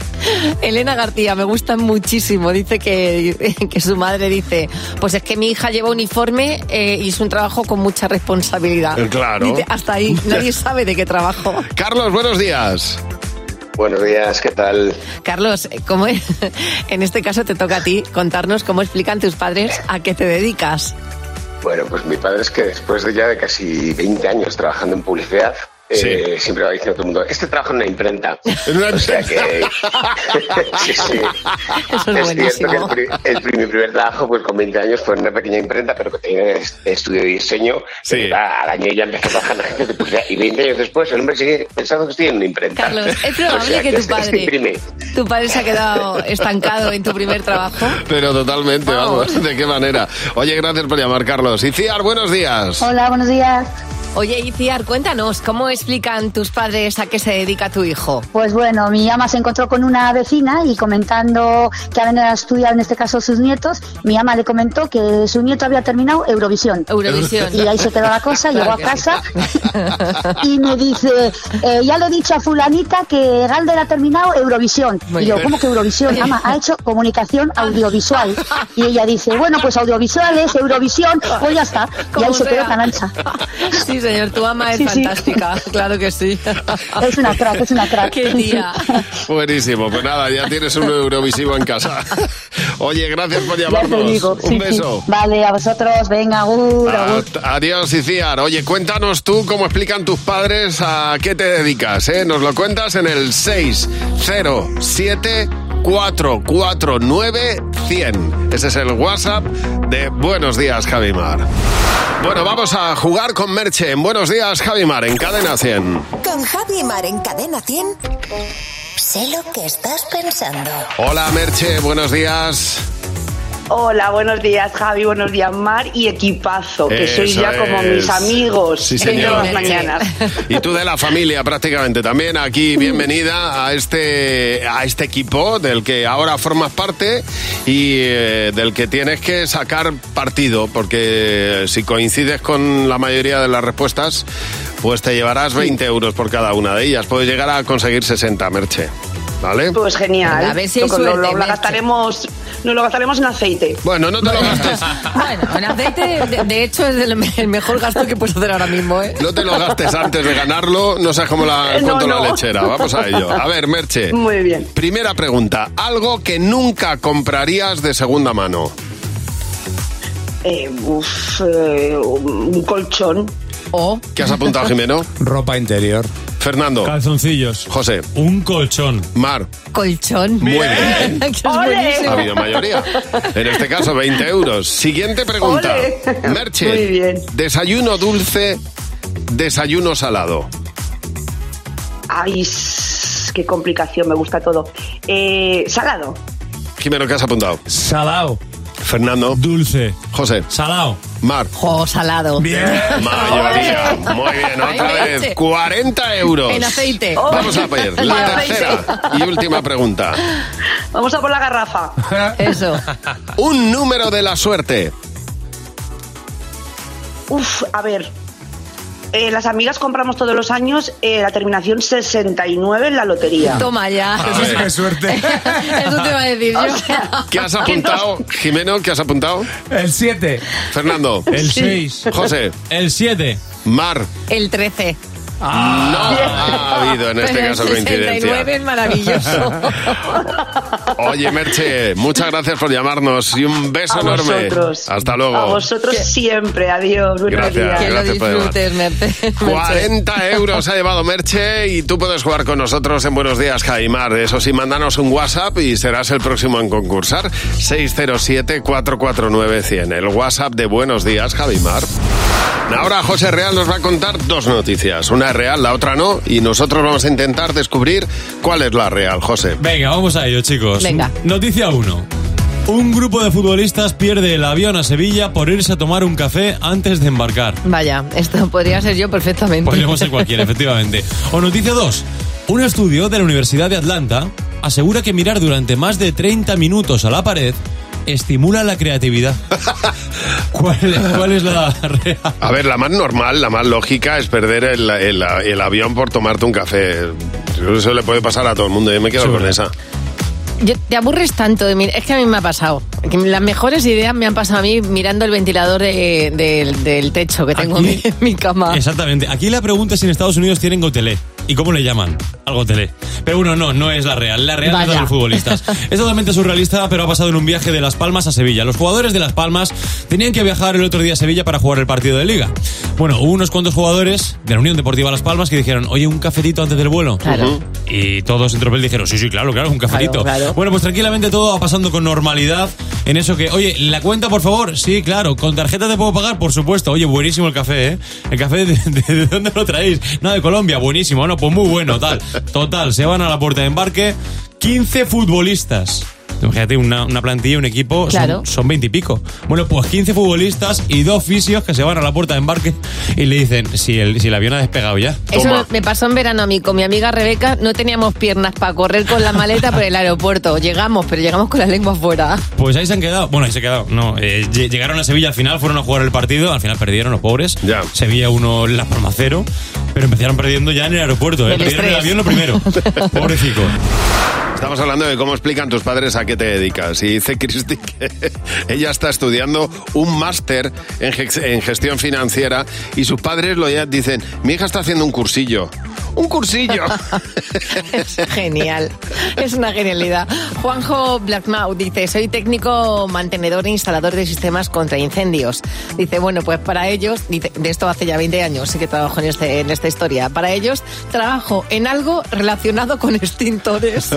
[SPEAKER 2] Elena García, me gusta muchísimo. Dice que, que su madre dice, pues es que mi hija lleva uniforme eh, y es un trabajo con mucha responsabilidad.
[SPEAKER 1] Eh, claro.
[SPEAKER 2] Dice, hasta ahí, nadie sabe de qué trabajo.
[SPEAKER 1] Carlos, buenos días.
[SPEAKER 16] Buenos días, ¿qué tal?
[SPEAKER 2] Carlos, ¿cómo es? en este caso te toca a ti contarnos cómo explican tus padres a qué te dedicas.
[SPEAKER 16] Bueno, pues mi padre es que después de ya de casi 20 años trabajando en publicidad, eh, siempre va diciendo a todo el mundo, este trabaja en una imprenta. o sea que... sí,
[SPEAKER 2] Eso
[SPEAKER 16] sí.
[SPEAKER 2] es
[SPEAKER 16] es cierto que el,
[SPEAKER 2] buenísimo.
[SPEAKER 16] pri- el pri- mi primer trabajo, pues con 20 años, fue en una pequeña imprenta, pero que tenía est- estudio de diseño. Y, ah, Al año ya empecé a trabajar en la agencia de publicidad y 20 años después el hombre sigue pensando que estoy en una imprenta.
[SPEAKER 2] Carlos, es probable que tu
[SPEAKER 16] se- se
[SPEAKER 2] padre-
[SPEAKER 16] imprime.
[SPEAKER 2] ¿Tu padre se ha quedado estancado en tu primer trabajo?
[SPEAKER 1] Pero totalmente, vamos, ¿de qué manera? Oye, gracias por llamar, Carlos. Y Ciar, buenos días.
[SPEAKER 2] Hola, buenos días. Oye, Iciar, cuéntanos, ¿cómo explican tus padres a qué se dedica tu hijo?
[SPEAKER 17] Pues bueno, mi ama se encontró con una vecina y comentando que habían estudiado en este caso sus nietos, mi ama le comentó que su nieto había terminado Eurovisión.
[SPEAKER 2] Eurovisión.
[SPEAKER 17] Y ahí se quedó la cosa, llegó a
[SPEAKER 2] Claro que sí.
[SPEAKER 17] casa y me dice, eh, ya le he dicho a fulanita que Galder ha terminado Eurovisión.
[SPEAKER 2] Muy
[SPEAKER 17] y yo,
[SPEAKER 2] bien.
[SPEAKER 17] ¿cómo que Eurovisión? Ama, ha hecho comunicación audiovisual. Y ella dice, bueno, pues audiovisuales, Eurovisión, pues ya está. Y ahí
[SPEAKER 2] Como
[SPEAKER 17] se quedó
[SPEAKER 2] sea.
[SPEAKER 17] tan ancha.
[SPEAKER 2] Sí, señor, tu ama es
[SPEAKER 17] Sí, sí.
[SPEAKER 2] fantástica, claro que sí.
[SPEAKER 17] Es una crack, es una crack.
[SPEAKER 2] Qué día.
[SPEAKER 1] Buenísimo, pues nada, ya tienes un Eurovisivo en casa. Oye, gracias por
[SPEAKER 17] Ya te
[SPEAKER 1] llamarnos.
[SPEAKER 17] digo, sí,
[SPEAKER 1] Un
[SPEAKER 17] sí.
[SPEAKER 1] beso.
[SPEAKER 17] Vale, a vosotros, venga, agur, agur.
[SPEAKER 1] Ad- Ah, Adiós, Iciar. Oye, cuéntanos tú cómo explican tus padres a qué te dedicas, ¿eh? Nos lo cuentas en el 607 449 100. Ese es el WhatsApp de Buenos Días, Javimar. Bueno, vamos a jugar con Merche en Buenos Días, Javimar, en Cadena 100.
[SPEAKER 6] Con Javi y Mar en Cadena 100. Sé lo que estás pensando.
[SPEAKER 1] Hola, Merche, buenos días.
[SPEAKER 18] Hola, buenos días Javi, buenos días Mar y equipazo, que sois
[SPEAKER 1] Eso
[SPEAKER 18] ya como
[SPEAKER 1] es.
[SPEAKER 18] mis amigos
[SPEAKER 1] Sí,
[SPEAKER 18] de
[SPEAKER 1] señor.
[SPEAKER 18] todas las mañanas.
[SPEAKER 1] Y tú de la familia prácticamente también aquí, bienvenida a este, a este equipo del que ahora formas parte y eh, del que tienes que sacar partido, porque eh, si coincides con la mayoría de las respuestas, pues te llevarás 20 euros por cada una de ellas. Puedes llegar a conseguir 60, Merche. ¿Vale?
[SPEAKER 18] Pues genial.
[SPEAKER 2] A ver si hay
[SPEAKER 18] Lo- lo-
[SPEAKER 2] suerte,
[SPEAKER 18] lo, gastaremos, nos lo gastaremos en aceite.
[SPEAKER 1] Bueno, no te lo gastes.
[SPEAKER 2] Bueno, en aceite, de, de hecho, es el, me- el mejor gasto que puedes hacer ahora mismo, ¿eh?
[SPEAKER 1] No te lo gastes antes de ganarlo, no sabes cómo la
[SPEAKER 2] No,
[SPEAKER 1] cuánto la
[SPEAKER 2] no.
[SPEAKER 1] lechera. Vamos a ello. A ver, Merche.
[SPEAKER 18] Muy bien.
[SPEAKER 1] Primera pregunta, algo que nunca comprarías de segunda mano.
[SPEAKER 18] Eh, uf, eh, un colchón.
[SPEAKER 2] O.
[SPEAKER 1] ¿Qué has apuntado, Jimeno?
[SPEAKER 19] Ropa interior.
[SPEAKER 1] Fernando.
[SPEAKER 19] Calzoncillos.
[SPEAKER 1] José.
[SPEAKER 19] Un colchón.
[SPEAKER 1] Mar.
[SPEAKER 2] Colchón.
[SPEAKER 1] Muy
[SPEAKER 2] bien.
[SPEAKER 1] Ha habido mayoría. En este caso, 20 euros. Siguiente pregunta.
[SPEAKER 18] Ole.
[SPEAKER 1] Merche.
[SPEAKER 18] Muy bien.
[SPEAKER 1] Desayuno dulce, desayuno salado.
[SPEAKER 18] Ay, s- qué complicación, me gusta todo. Eh, salado.
[SPEAKER 1] Jimeno, ¿qué has apuntado?
[SPEAKER 19] Salado.
[SPEAKER 1] Fernando.
[SPEAKER 19] Dulce.
[SPEAKER 1] José.
[SPEAKER 19] Salado.
[SPEAKER 1] Mar.
[SPEAKER 2] Jo, salado.
[SPEAKER 19] Bien.
[SPEAKER 1] Mayoría. Muy bien, otra
[SPEAKER 2] Ay,
[SPEAKER 1] vez.
[SPEAKER 2] leche.
[SPEAKER 1] 40 euros.
[SPEAKER 2] En aceite.
[SPEAKER 18] Oh.
[SPEAKER 1] Vamos a ver. La tercera y última pregunta.
[SPEAKER 18] Vamos a por la garrafa.
[SPEAKER 2] Eso.
[SPEAKER 1] Un número de la suerte.
[SPEAKER 18] Uf, a ver. Eh, las amigas compramos todos los años eh, la terminación 69 en la lotería.
[SPEAKER 2] Toma ya.
[SPEAKER 1] Eso sí que es
[SPEAKER 19] Ah, suerte.
[SPEAKER 2] Eso te iba a decir yo.
[SPEAKER 1] ¿Qué has apuntado, Jimeno? ¿Qué has apuntado?
[SPEAKER 19] El 7.
[SPEAKER 1] Fernando.
[SPEAKER 19] El
[SPEAKER 2] Sí.
[SPEAKER 19] 6.
[SPEAKER 1] José.
[SPEAKER 19] El 7.
[SPEAKER 1] Mar.
[SPEAKER 2] El 13.
[SPEAKER 1] Ha habido en este
[SPEAKER 2] Pero
[SPEAKER 1] caso
[SPEAKER 2] el 69
[SPEAKER 1] coincidencia.
[SPEAKER 2] es maravilloso.
[SPEAKER 1] Oye, Merche, muchas gracias por llamarnos y un beso
[SPEAKER 18] A
[SPEAKER 1] enorme.
[SPEAKER 18] vosotros.
[SPEAKER 1] Hasta
[SPEAKER 18] A
[SPEAKER 1] luego.
[SPEAKER 18] vosotros siempre. Adiós. Buenos
[SPEAKER 1] Gracias,
[SPEAKER 18] días.
[SPEAKER 1] Que lo gracias por llamar. disfrutes,
[SPEAKER 2] Merche.
[SPEAKER 1] 40 euros ha llevado Merche y tú puedes jugar con nosotros en Buenos Días, Jaimar. Eso sí, mándanos un WhatsApp y serás el próximo en concursar. 607-449-100, el WhatsApp de Buenos Días, Jaimar. Ahora José Real nos va a contar dos noticias. Una es real, la otra no. Y nosotros vamos a intentar descubrir cuál es la real, José.
[SPEAKER 19] Venga, vamos a ello, chicos.
[SPEAKER 1] Venga.
[SPEAKER 19] Noticia 1. Un grupo de futbolistas pierde el avión a Sevilla por irse a tomar un café antes de embarcar.
[SPEAKER 2] Vaya, esto podría ser yo perfectamente.
[SPEAKER 19] Podríamos ser cualquiera, efectivamente. O noticia 2. Un estudio de la Universidad de Atlanta asegura que mirar durante más de 30 minutos a la pared estimula la creatividad. ¿Cuál, cuál es la real?
[SPEAKER 1] A ver, la más normal, la más lógica es perder el, el- el avión por tomarte un café. Eso le puede pasar a todo el mundo. Yo me quedo con esa.
[SPEAKER 2] Yo- te aburres tanto de mí. Es que a mí me ha pasado. Que las mejores ideas me han pasado a mí mirando el ventilador de- del- del techo que tengo en mi, en mi cama.
[SPEAKER 19] Exactamente. Aquí la pregunta es si en Estados Unidos tienen gotelé. ¿Y cómo le llaman? Al gotelé. Pero bueno, no, no es la real. La real es la de
[SPEAKER 2] Vaya.
[SPEAKER 19] los futbolistas. Es totalmente surrealista, pero ha pasado en un viaje de Las Palmas a Sevilla. Los jugadores de Las Palmas tenían que viajar el otro día a Sevilla para jugar el partido de Liga. Bueno, hubo unos cuantos jugadores de la Unión Deportiva Las Palmas que dijeron, oye, un cafetito antes del vuelo.
[SPEAKER 2] Claro.
[SPEAKER 19] Ujú. Y todos entre tropel dijeron, sí, sí, claro, claro, un cafetito.
[SPEAKER 2] Claro, claro.
[SPEAKER 19] Bueno, pues tranquilamente todo va pasando con normalidad en eso que, oye, la cuenta, por favor. Sí, claro, con tarjeta te puedo pagar, por supuesto. Oye, buenísimo el café, ¿eh? El café, ¿de, de- de dónde lo traéis? No, de Colombia, buenísimo. No, pues muy bueno, tal. Total, se van a la puerta de embarque 15 futbolistas. Imagínate, una, una plantilla, un equipo, son-
[SPEAKER 2] Claro.
[SPEAKER 19] son, 20 y pico. Bueno, pues 15 futbolistas y dos fisios que se van a la puerta de embarque y le dicen si el, si el avión ha despegado ya.
[SPEAKER 2] Eso me pasó en verano a mí con mi amiga Rebeca. No teníamos piernas para correr con la maleta por el aeropuerto. Llegamos, pero llegamos con la lengua fuera.
[SPEAKER 19] Pues ahí se han quedado. Bueno, ahí se han quedado. No, eh, lle- llegaron a Sevilla al final, fueron a jugar el partido, al final perdieron los pobres. Sevilla uno la forma cero, pero empezaron perdiendo ya en el aeropuerto.
[SPEAKER 1] Del
[SPEAKER 19] eh. Perdieron el
[SPEAKER 1] estrés.
[SPEAKER 19] avión lo primero. Pobrecito.
[SPEAKER 1] Estamos hablando de cómo explican tus padres a qué te dedicas. Y dice Cristi que ella está estudiando un máster en, gex- en gestión financiera y sus padres lo ya dicen, mi hija está haciendo un cursillo. Un cursillo.
[SPEAKER 2] Es genial. Es una genialidad. Juanjo Blackmouth dice, soy técnico mantenedor e instalador de sistemas contra incendios. Dice, bueno, pues para ellos, dice, de esto hace ya 20 años, sí que trabajo en, este, en esta historia. Para ellos, trabajo en algo relacionado con extintores.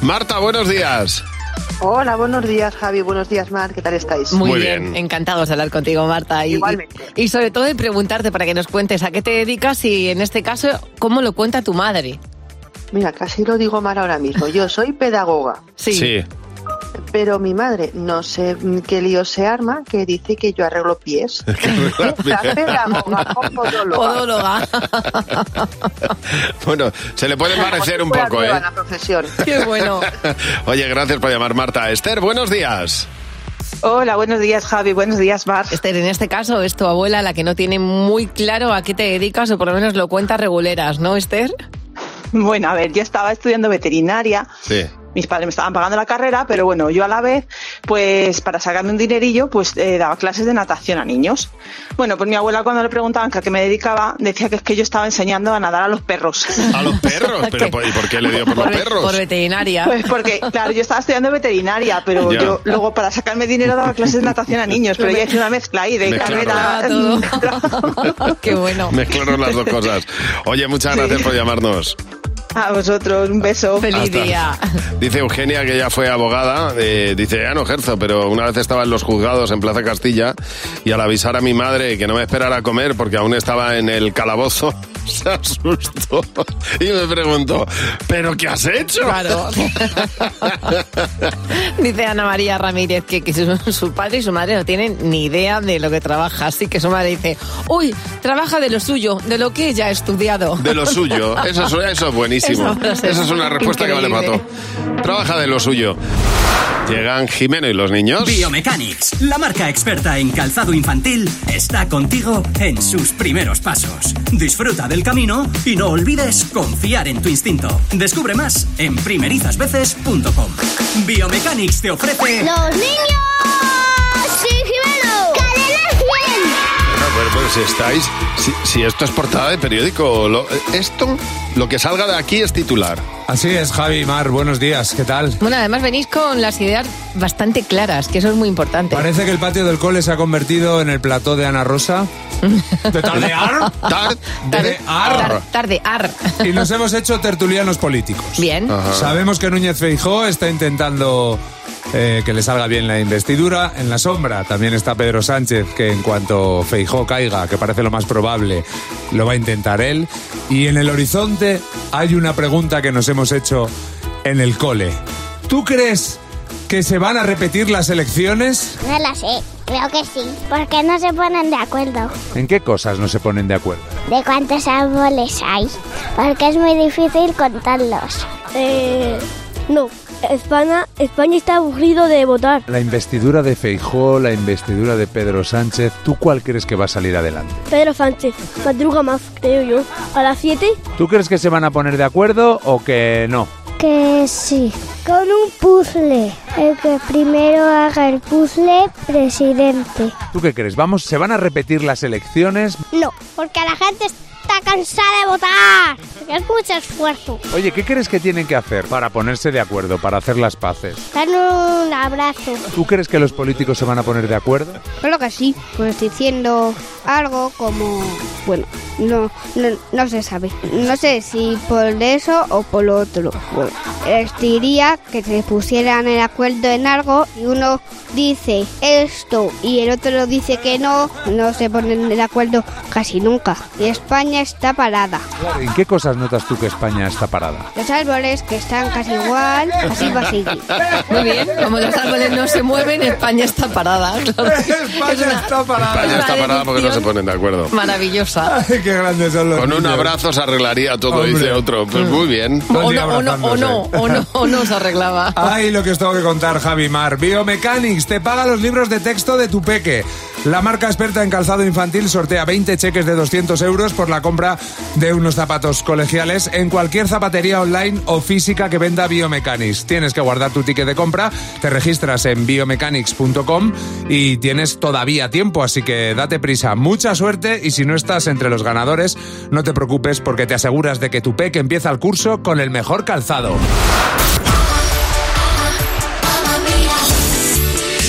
[SPEAKER 1] Marta, buenos días.
[SPEAKER 13] Hola, buenos días Javi, buenos días Mar, ¿qué tal estáis?
[SPEAKER 2] Muy, bien. encantados de hablar contigo, Marta. Y,
[SPEAKER 13] Igualmente.
[SPEAKER 2] Y, y sobre todo de preguntarte para que nos cuentes a qué te dedicas y en este caso, cómo lo cuenta tu madre.
[SPEAKER 13] Mira, casi lo digo mal ahora mismo. Yo soy pedagoga.
[SPEAKER 2] Sí.
[SPEAKER 1] Sí.
[SPEAKER 13] Pero mi madre, no sé mm, qué lío se arma, que dice que yo arreglo pies. Pedagoga, podóloga.
[SPEAKER 1] Bueno, se le puede parecer un
[SPEAKER 13] Fuera
[SPEAKER 1] poco,
[SPEAKER 13] nueva
[SPEAKER 1] ¿eh?
[SPEAKER 13] en la profesión.
[SPEAKER 2] Qué bueno.
[SPEAKER 1] Oye, gracias por llamar, Marta. Esther, buenos días.
[SPEAKER 2] Hola, buenos días Javi, buenos días Mar. Esther, en este caso es tu abuela la que no tiene muy claro a qué te dedicas o por lo menos lo cuentas reguleras, ¿no Esther?
[SPEAKER 4] Bueno, a ver, yo estaba estudiando veterinaria. Mis padres me estaban pagando la carrera, pero bueno, yo a la vez, pues para sacarme un dinerillo, pues eh, daba clases de natación a niños. Bueno, pues mi abuela cuando le preguntaban que a qué me dedicaba, decía que es que yo estaba enseñando a nadar a los perros.
[SPEAKER 1] A los perros, pero ¿por- ¿y por qué le dio por, los perros?
[SPEAKER 2] veterinaria.
[SPEAKER 4] Pues porque, claro, yo estaba estudiando veterinaria, pero
[SPEAKER 1] Ya.
[SPEAKER 4] yo luego para sacarme dinero daba clases de natación a niños, pero ya hice una mezcla ahí de
[SPEAKER 1] Mezclaron.
[SPEAKER 4] carrera.
[SPEAKER 1] Ah,
[SPEAKER 2] Qué bueno.
[SPEAKER 1] Mezclaron las dos cosas. Oye, muchas gracias por llamarnos.
[SPEAKER 4] A vosotros, un beso.
[SPEAKER 1] Feliz Hasta. día. Dice Eugenia que ya fue abogada, eh, dice, ya no ejerzo, pero una vez estaba en los juzgados en Plaza Castilla y al avisar a mi madre que no me esperara a comer porque aún estaba en el calabozo, se asustó y me preguntó, ¿pero qué has hecho?
[SPEAKER 2] Claro. Dice Ana María Ramírez que, que su, su padre y su madre no tienen ni idea de lo que trabaja, así que su madre dice, uy, trabaja de lo suyo, de lo que ella ha estudiado.
[SPEAKER 1] De lo suyo. Eso es, eso es buenísimo.
[SPEAKER 2] Esa frase
[SPEAKER 1] Esa es una respuesta que vale
[SPEAKER 2] increíble.
[SPEAKER 1] para todo. Trabaja de lo suyo. Llegan Jimeno y los niños.
[SPEAKER 3] Biomechanics, la marca experta en calzado infantil, está contigo en sus primeros pasos. Disfruta del camino y no olvides confiar en tu instinto. Descubre más en primerizasveces.com. Biomechanics te ofrece.
[SPEAKER 20] ¡Los niños! ¡Sí, Jimeno! ¡Cadena
[SPEAKER 1] Bueno, pues, pues, si estáis, si, si esto es portada de periódico, lo- esto, lo que salga de aquí es titular.
[SPEAKER 21] Así es, Javi Mar, buenos días, ¿qué tal?
[SPEAKER 2] Bueno, además venís con las ideas bastante claras, que eso es muy importante.
[SPEAKER 21] Parece que el patio del cole se ha convertido en el plató de Ana Rosa. ¿De tardear?
[SPEAKER 2] Tar- tarde, ar.
[SPEAKER 21] Y nos hemos hecho tertulianos políticos.
[SPEAKER 2] Bien.
[SPEAKER 21] Sabemos que Núñez Feijó está intentando eh, que le salga bien la investidura. En la sombra también está Pedro Sánchez, que en cuanto Feijó caiga, que parece lo más probable, lo va a intentar él. Y en el horizonte hay una pregunta que nos hemos hecho en el cole. ¿Tú crees que se van a repetir las elecciones?
[SPEAKER 20] No la sé, creo que sí. ¿Por qué no se ponen de acuerdo?
[SPEAKER 21] ¿En qué cosas no se ponen de acuerdo?
[SPEAKER 20] ¿De cuántos árboles hay? Porque es muy difícil contarlos. Eh, no, España, España está aburrido de votar.
[SPEAKER 21] La investidura de Feijó, la investidura de Pedro Sánchez, ¿tú cuál crees que va a salir adelante?
[SPEAKER 20] Pedro Sánchez, madruga más, creo yo. A las 7.
[SPEAKER 21] ¿Tú crees que se van a poner de acuerdo o que no?
[SPEAKER 20] Que sí, con un puzzle. El que primero haga el puzzle, presidente.
[SPEAKER 21] ¿Tú qué crees? Vamos, ¿se van a repetir las elecciones?
[SPEAKER 20] No, porque la gente está cansada de votar. Porque es mucho esfuerzo.
[SPEAKER 21] Oye, ¿qué crees que tienen que hacer para ponerse de acuerdo, para hacer las paces?
[SPEAKER 20] Dan un abrazo.
[SPEAKER 21] ¿Tú crees que los políticos se van a poner de acuerdo?
[SPEAKER 22] Creo que sí, pues diciendo algo como, bueno, no, no, no se sabe. No sé si por eso o por lo otro. Bueno, les diría que se pusieran el acuerdo en algo y uno dice esto y el otro dice que no, no se ponen de acuerdo casi nunca. Y España está parada.
[SPEAKER 21] ¿En qué cosas notas tú que España está parada?
[SPEAKER 22] Los árboles que están casi igual, así va a seguir.
[SPEAKER 2] Muy bien, como los árboles no se mueven, España está
[SPEAKER 21] Ah,
[SPEAKER 2] parada. España
[SPEAKER 21] está
[SPEAKER 1] España está parada porque no se ponen de acuerdo.
[SPEAKER 2] Maravillosa.
[SPEAKER 21] Qué grandes son los
[SPEAKER 1] Con un
[SPEAKER 21] niños.
[SPEAKER 1] abrazo se arreglaría todo,
[SPEAKER 21] Hombre.
[SPEAKER 1] dice otro. Pues muy bien.
[SPEAKER 21] Todo
[SPEAKER 2] O
[SPEAKER 21] el día
[SPEAKER 2] no, o no, o no,
[SPEAKER 21] abrazándose.
[SPEAKER 2] o no, o no se arreglaba.
[SPEAKER 21] Ay, lo que os tengo que contar, Javi Mar. Biomechanics te paga los libros de texto de tu peque. La marca experta en calzado infantil sortea 20 cheques de 200 euros por la compra de unos zapatos colegiales en cualquier zapatería online o física que venda Biomechanics. Tienes que guardar tu ticket de compra, te registras en biomechanics.com y tienes todavía tiempo, así que date prisa. Mucha suerte y si no estás entre los ganadores, no te preocupes porque te aseguras de que tu peque empieza el curso con el mejor calzado.
[SPEAKER 1] Pues,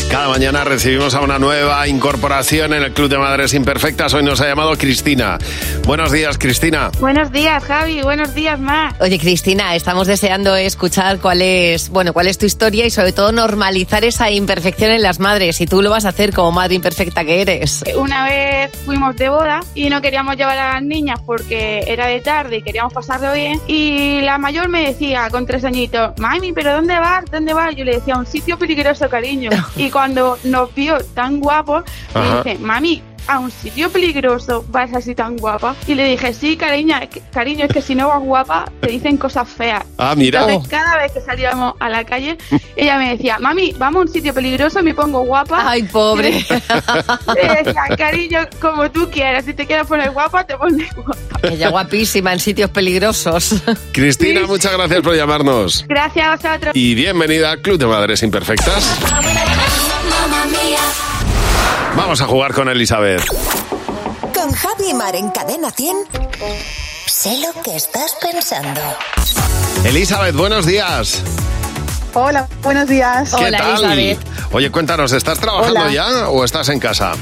[SPEAKER 1] Cada cada mañana recibimos a una nueva incorporación en el Club de Madres Imperfectas. Hoy nos ha llamado Cristina. Buenos días, Cristina.
[SPEAKER 2] Buenos días, Javi. Buenos días, Ma. Oye, Cristina, estamos deseando escuchar cuál es, bueno, cuál es tu historia y sobre todo normalizar esa imperfección en las madres. Y tú lo vas a hacer como madre imperfecta que eres.
[SPEAKER 23] Una vez fuimos de boda y no queríamos llevar a las niñas porque era de tarde y queríamos pasarlo bien. Y la mayor me decía con tres añitos, mami, pero ¿dónde vas? ¿Dónde vas? Yo le decía, a un sitio peligroso, cariño. Y cuando nos vio tan guapos,
[SPEAKER 24] Ajá.
[SPEAKER 23] me dice, mami, a un sitio peligroso vas así tan guapa. Y le dije, sí, cariño, es que- cariño, es que si no vas guapa, te dicen cosas feas.
[SPEAKER 1] Ah, mira.
[SPEAKER 23] Entonces, cada vez que salíamos a la calle, ella me decía, mami, vamos a un sitio peligroso, me pongo guapa.
[SPEAKER 2] Ay, pobre.
[SPEAKER 23] Le decía, cariño, como tú quieras, si te quieres poner guapa, te pones guapa.
[SPEAKER 2] Ella guapísima en sitios peligrosos.
[SPEAKER 1] Cristina, muchas gracias por llamarnos.
[SPEAKER 23] Gracias a vosotros.
[SPEAKER 1] Y bienvenida al Club de Madres Imperfectas. Vamos a jugar con Elizabeth.
[SPEAKER 6] Con Javi y Mar en Cadena 100. Sé lo que estás pensando.
[SPEAKER 1] Elizabeth, buenos días.
[SPEAKER 6] Hola, buenos días.
[SPEAKER 1] ¿Qué tal? Oye, cuéntanos, ¿estás trabajando
[SPEAKER 6] Hola.
[SPEAKER 1] ya o estás en casa?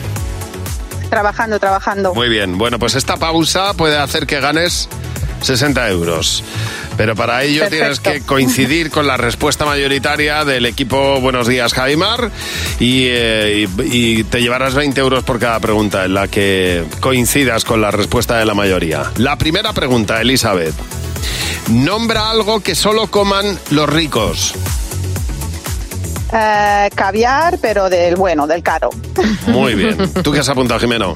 [SPEAKER 6] Trabajando, trabajando.
[SPEAKER 1] Muy bien, bueno, pues esta pausa puede hacer que ganes 60 euros. Pero para ello
[SPEAKER 6] Perfecto.
[SPEAKER 1] tienes que coincidir con la respuesta mayoritaria del equipo Buenos Días Jaimar y, eh, y- y te llevarás 20 euros por cada pregunta en la que coincidas con la respuesta de la mayoría. La primera pregunta, Elizabeth. Nombra algo que solo coman los ricos.
[SPEAKER 4] Eh, caviar, pero del bueno, del caro.
[SPEAKER 1] Muy bien. ¿Tú qué has apuntado, Jimeno?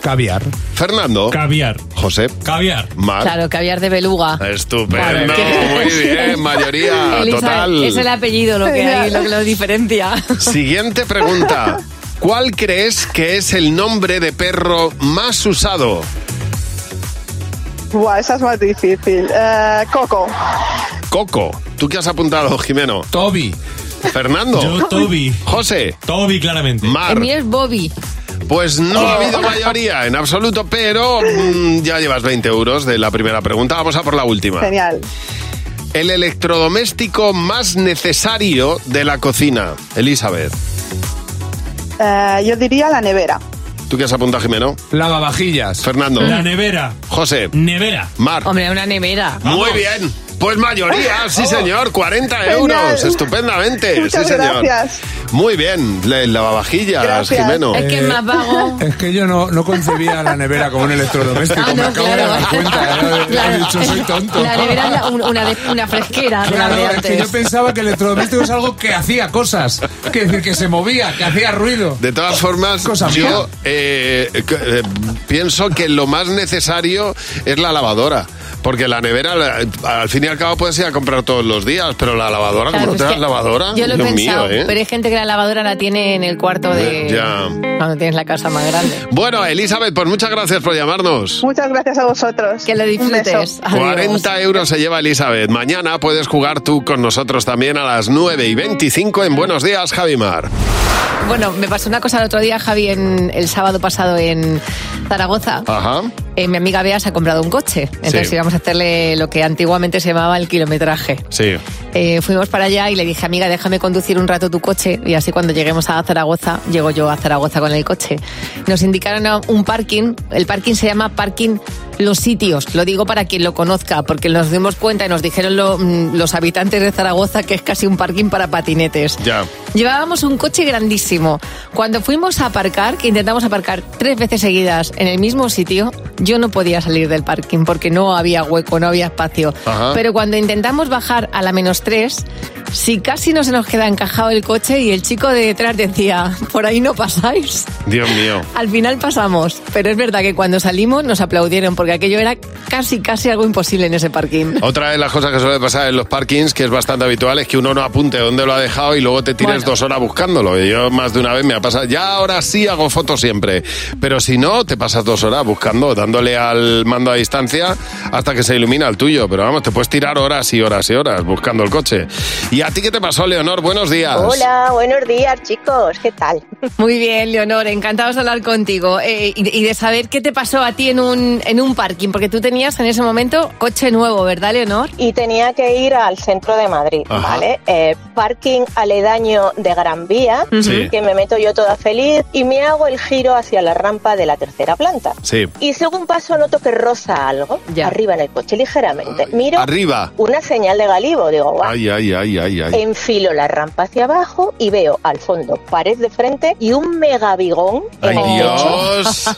[SPEAKER 21] Caviar.
[SPEAKER 1] Fernando.
[SPEAKER 21] Caviar.
[SPEAKER 1] José.
[SPEAKER 21] Caviar.
[SPEAKER 1] Mar.
[SPEAKER 2] Claro, caviar de beluga.
[SPEAKER 1] Estupendo,
[SPEAKER 2] Claro.
[SPEAKER 1] muy bien,
[SPEAKER 21] Ah,
[SPEAKER 1] mayoría
[SPEAKER 2] Elisa,
[SPEAKER 1] total.
[SPEAKER 2] Es el apellido lo que, hay, lo que lo diferencia.
[SPEAKER 1] Siguiente pregunta. ¿Cuál crees que es el nombre de perro más usado?
[SPEAKER 4] Buah, esa es más difícil. Eh, Coco.
[SPEAKER 1] Coco. ¿Tú qué has apuntado, Jimeno?
[SPEAKER 21] Toby.
[SPEAKER 1] Fernando.
[SPEAKER 19] Yo, Toby.
[SPEAKER 1] José.
[SPEAKER 19] Toby, claramente.
[SPEAKER 1] Mar.
[SPEAKER 2] El mío Oh. es Bobby.
[SPEAKER 1] Pues no ha habido mayoría en absoluto, pero mm, ya llevas 20 euros de la primera pregunta. Vamos a por la última.
[SPEAKER 4] Genial.
[SPEAKER 1] El electrodoméstico más necesario de la cocina, Elizabeth.
[SPEAKER 4] Eh, yo diría la nevera.
[SPEAKER 1] ¿Tú qué has apuntado, Jimeno?
[SPEAKER 21] Lavavajillas.
[SPEAKER 1] Fernando.
[SPEAKER 21] La nevera.
[SPEAKER 1] José.
[SPEAKER 21] Nevera.
[SPEAKER 1] Mar.
[SPEAKER 2] Hombre, una nevera. Ah. Oh.
[SPEAKER 1] Muy bien. Pues mayoría, sí
[SPEAKER 2] Vamos.
[SPEAKER 1] señor, 40
[SPEAKER 2] Genial.
[SPEAKER 1] euros, estupendamente,
[SPEAKER 2] Muchas
[SPEAKER 1] sí señor.
[SPEAKER 2] gracias.
[SPEAKER 1] Muy bien, la lavavajillas,
[SPEAKER 21] Gracias.
[SPEAKER 1] Jimeno.
[SPEAKER 21] Es que es más
[SPEAKER 2] vago. Ah,
[SPEAKER 21] Es que yo no, no concebía la nevera como un electrodoméstico. me acabo de dar cuenta. ¿eh? He dicho, soy tonto.
[SPEAKER 2] La nevera es la- un- una, de- una fresquera de la
[SPEAKER 21] Claro,
[SPEAKER 2] de
[SPEAKER 21] es que yo
[SPEAKER 2] antes.
[SPEAKER 21] pensaba que el electrodoméstico es algo que hacía cosas. Que decir, que se movía, que hacía ruido.
[SPEAKER 1] De todas formas,
[SPEAKER 21] Cosa mía.
[SPEAKER 1] yo eh, que- eh, pienso que lo más necesario es la lavadora. Porque la nevera, la- al fin y al cabo, puedes ir a comprar todos los días, pero la lavadora,
[SPEAKER 2] Claro,
[SPEAKER 1] como no
[SPEAKER 2] es
[SPEAKER 1] tengas
[SPEAKER 2] que
[SPEAKER 1] lavadora,
[SPEAKER 2] Yo lo he
[SPEAKER 1] Dios mío,
[SPEAKER 2] pensado,
[SPEAKER 1] ¿eh?
[SPEAKER 2] pero hay gente que la lavadora la tiene en el cuarto de...
[SPEAKER 1] Ya.
[SPEAKER 2] Cuando tienes la casa más grande.
[SPEAKER 1] Bueno, Elizabeth, pues muchas gracias por llamarnos.
[SPEAKER 4] Muchas gracias a vosotros.
[SPEAKER 2] Que lo disfrutes. Adiós.
[SPEAKER 1] 40 euros se lleva Elizabeth. Mañana puedes jugar tú con nosotros también a las 9 y 25 en Buenos Días, Javimar.
[SPEAKER 2] Bueno, me pasó una cosa el otro día, Javi, en, el sábado pasado en Zaragoza.
[SPEAKER 1] Ajá.
[SPEAKER 2] Eh, mi amiga Bea se ha comprado un coche, entonces
[SPEAKER 1] Sí.
[SPEAKER 2] íbamos a hacerle lo que antiguamente se llamaba el kilometraje.
[SPEAKER 1] Sí.
[SPEAKER 2] Eh, fuimos para allá y le dije, amiga, déjame conducir un rato tu coche y así cuando lleguemos a Zaragoza, llego yo a Zaragoza con el coche. Nos indicaron a un parking, el parking se llama Parking Los Sitios, lo digo para quien lo conozca, porque nos dimos cuenta y nos dijeron lo- mm, los habitantes de Zaragoza que es casi un parking para patinetes.
[SPEAKER 1] Ya.
[SPEAKER 2] Llevábamos un coche grandísimo. Cuando fuimos a aparcar, que intentamos aparcar tres veces seguidas en el mismo sitio, yo no podía salir del parking porque no había hueco, no había espacio.
[SPEAKER 8] Ajá.
[SPEAKER 2] Pero cuando intentamos bajar a la menos tres, si casi no se nos queda encajado el coche y el chico de detrás decía, por ahí no pasáis.
[SPEAKER 1] Dios mío.
[SPEAKER 2] Al final pasamos, pero es verdad que cuando salimos nos aplaudieron porque aquello era casi, casi algo imposible en ese parking.
[SPEAKER 1] Otra de las cosas que suele pasar en los parkings, que es bastante habitual, es que uno no apunte dónde lo ha dejado y luego te tires dos horas buscándolo. Y Yo más de una vez me ha pasado, ya ahora sí hago fotos siempre, pero si no, te pasas dos horas buscando, dándole al mando a distancia hasta que se ilumina el tuyo. Pero vamos, te puedes tirar horas y horas y horas buscando el coche. Y ¿Y a ti qué te pasó, Leonor? Buenos días.
[SPEAKER 24] Hola, buenos días chicos, ¿qué tal?
[SPEAKER 2] Muy bien, Leonor, encantados de hablar contigo eh, y, de- y de saber qué te pasó a ti en un, en un parking, porque tú tenías en ese momento coche nuevo, ¿verdad, Leonor?
[SPEAKER 24] Y tenía que ir al centro de Madrid,
[SPEAKER 2] Ajá.
[SPEAKER 24] ¿vale? Eh, parking aledaño de Gran Vía,
[SPEAKER 1] Sí.
[SPEAKER 24] que me meto yo toda feliz y me hago el giro hacia la rampa de la tercera planta.
[SPEAKER 1] Sí.
[SPEAKER 24] Y según paso noto que roza algo arriba en el coche ligeramente. Miro
[SPEAKER 1] Arriba.
[SPEAKER 24] una señal de galivo, digo, guau.
[SPEAKER 1] Ay, ay, ay, ay,
[SPEAKER 24] Eh.
[SPEAKER 1] ay.
[SPEAKER 24] Enfilo la rampa hacia abajo y veo al fondo pared de frente y un mega bigón en
[SPEAKER 1] Ay,
[SPEAKER 24] el
[SPEAKER 1] Dios.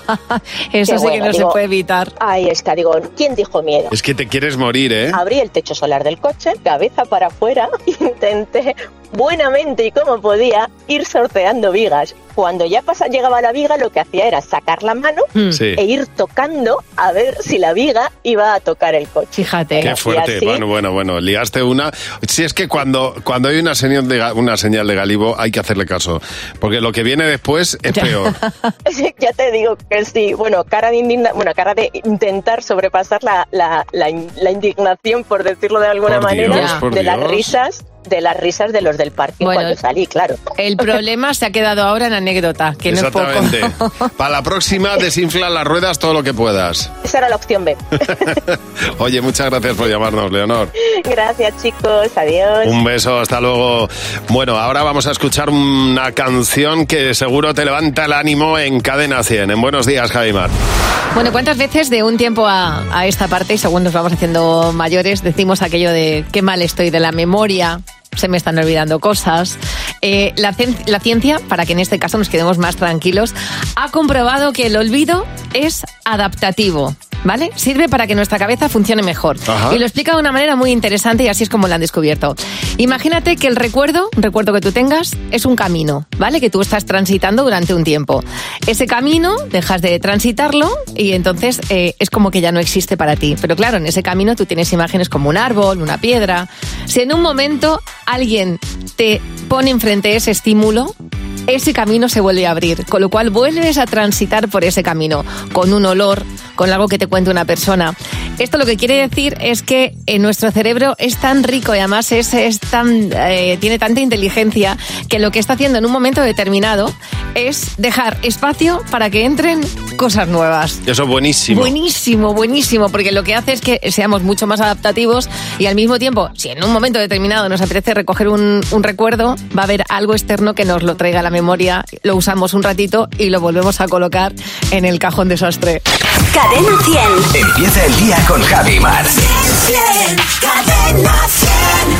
[SPEAKER 2] Eso sí que no se puede
[SPEAKER 24] evitar. Ahí está, digo, ¿quién dijo miedo?
[SPEAKER 1] Es que te quieres morir, ¿eh?
[SPEAKER 24] Abrí el techo solar del coche, cabeza para afuera, intenté buenamente y como podía ir sorteando vigas. Cuando ya pasa, llegaba la viga, lo que hacía era sacar la mano
[SPEAKER 1] Mm.
[SPEAKER 2] Hmm.
[SPEAKER 1] Sí.
[SPEAKER 24] e ir tocando a ver si la viga iba a tocar el coche.
[SPEAKER 2] Fíjate.
[SPEAKER 1] Qué fuerte. Bueno, bueno, bueno. Liaste una. Si es que cuando, cuando hay una señal, de, ga- una señal de galivo hay que hacerle caso. Porque lo que viene después es peor.
[SPEAKER 24] ya te digo que sí. Bueno, cara de indigna, bueno, cara de intentar sobrepasar la, la- la in- la indignación, por decirlo de alguna
[SPEAKER 2] Por
[SPEAKER 24] manera,
[SPEAKER 2] Dios, por
[SPEAKER 24] de las
[SPEAKER 2] Dios.
[SPEAKER 24] risas, de las risas de los del parque
[SPEAKER 2] Bueno,
[SPEAKER 24] cuando salí, claro.
[SPEAKER 2] El problema se ha quedado ahora en anécdota, que no es poco.
[SPEAKER 1] Exactamente. Para la próxima, desinfla las ruedas todo lo que puedas.
[SPEAKER 24] Esa era la opción B.
[SPEAKER 1] Oye, muchas gracias por llamarnos, Leonor.
[SPEAKER 24] Gracias, chicos. Adiós.
[SPEAKER 1] Un beso, hasta luego. Bueno, ahora vamos a escuchar una canción que seguro te levanta el ánimo en Cadena 100. En Buenos Días, Javimar.
[SPEAKER 2] Bueno, ¿cuántas veces de un tiempo a, a esta parte, y según nos vamos haciendo mayores, decimos aquello de qué mal estoy de la memoria? Se me están olvidando cosas. Eh, la, cien- la ciencia, para que en este caso nos quedemos más tranquilos, ha comprobado que el olvido es adaptativo, ¿vale? Sirve para que nuestra cabeza funcione mejor.
[SPEAKER 7] Ajá.
[SPEAKER 2] Y lo explica de una manera muy interesante y así es como lo han descubierto. Imagínate que el recuerdo, un recuerdo que tú tengas, es un camino, ¿vale? Que tú estás transitando durante un tiempo. Ese camino dejas de transitarlo y entonces eh, es como que ya no existe para ti. Pero claro, en ese camino tú tienes imágenes como un árbol, una piedra. Si en un momento alguien te pone enfrente ese estímulo, ese camino se vuelve a abrir, con lo cual vuelves a transitar por ese camino, con un olor, con algo que te cuente una persona. Esto lo que quiere decir es que eh, nuestro cerebro es tan rico y además es, es tan, eh, tiene tanta inteligencia que lo que está haciendo en un momento determinado es dejar espacio para que entren cosas nuevas.
[SPEAKER 1] Eso es buenísimo.
[SPEAKER 2] Buenísimo, buenísimo, porque lo que hace es que seamos mucho más adaptativos y al mismo tiempo, si en un momento determinado nos apetece recoger un, un recuerdo, va a haber algo externo que nos lo traiga a la memoria, lo usamos un ratito y lo volvemos a colocar en el cajón desastre.
[SPEAKER 7] Cadena 100. Empieza el día con Javi Mar. Cadena 100.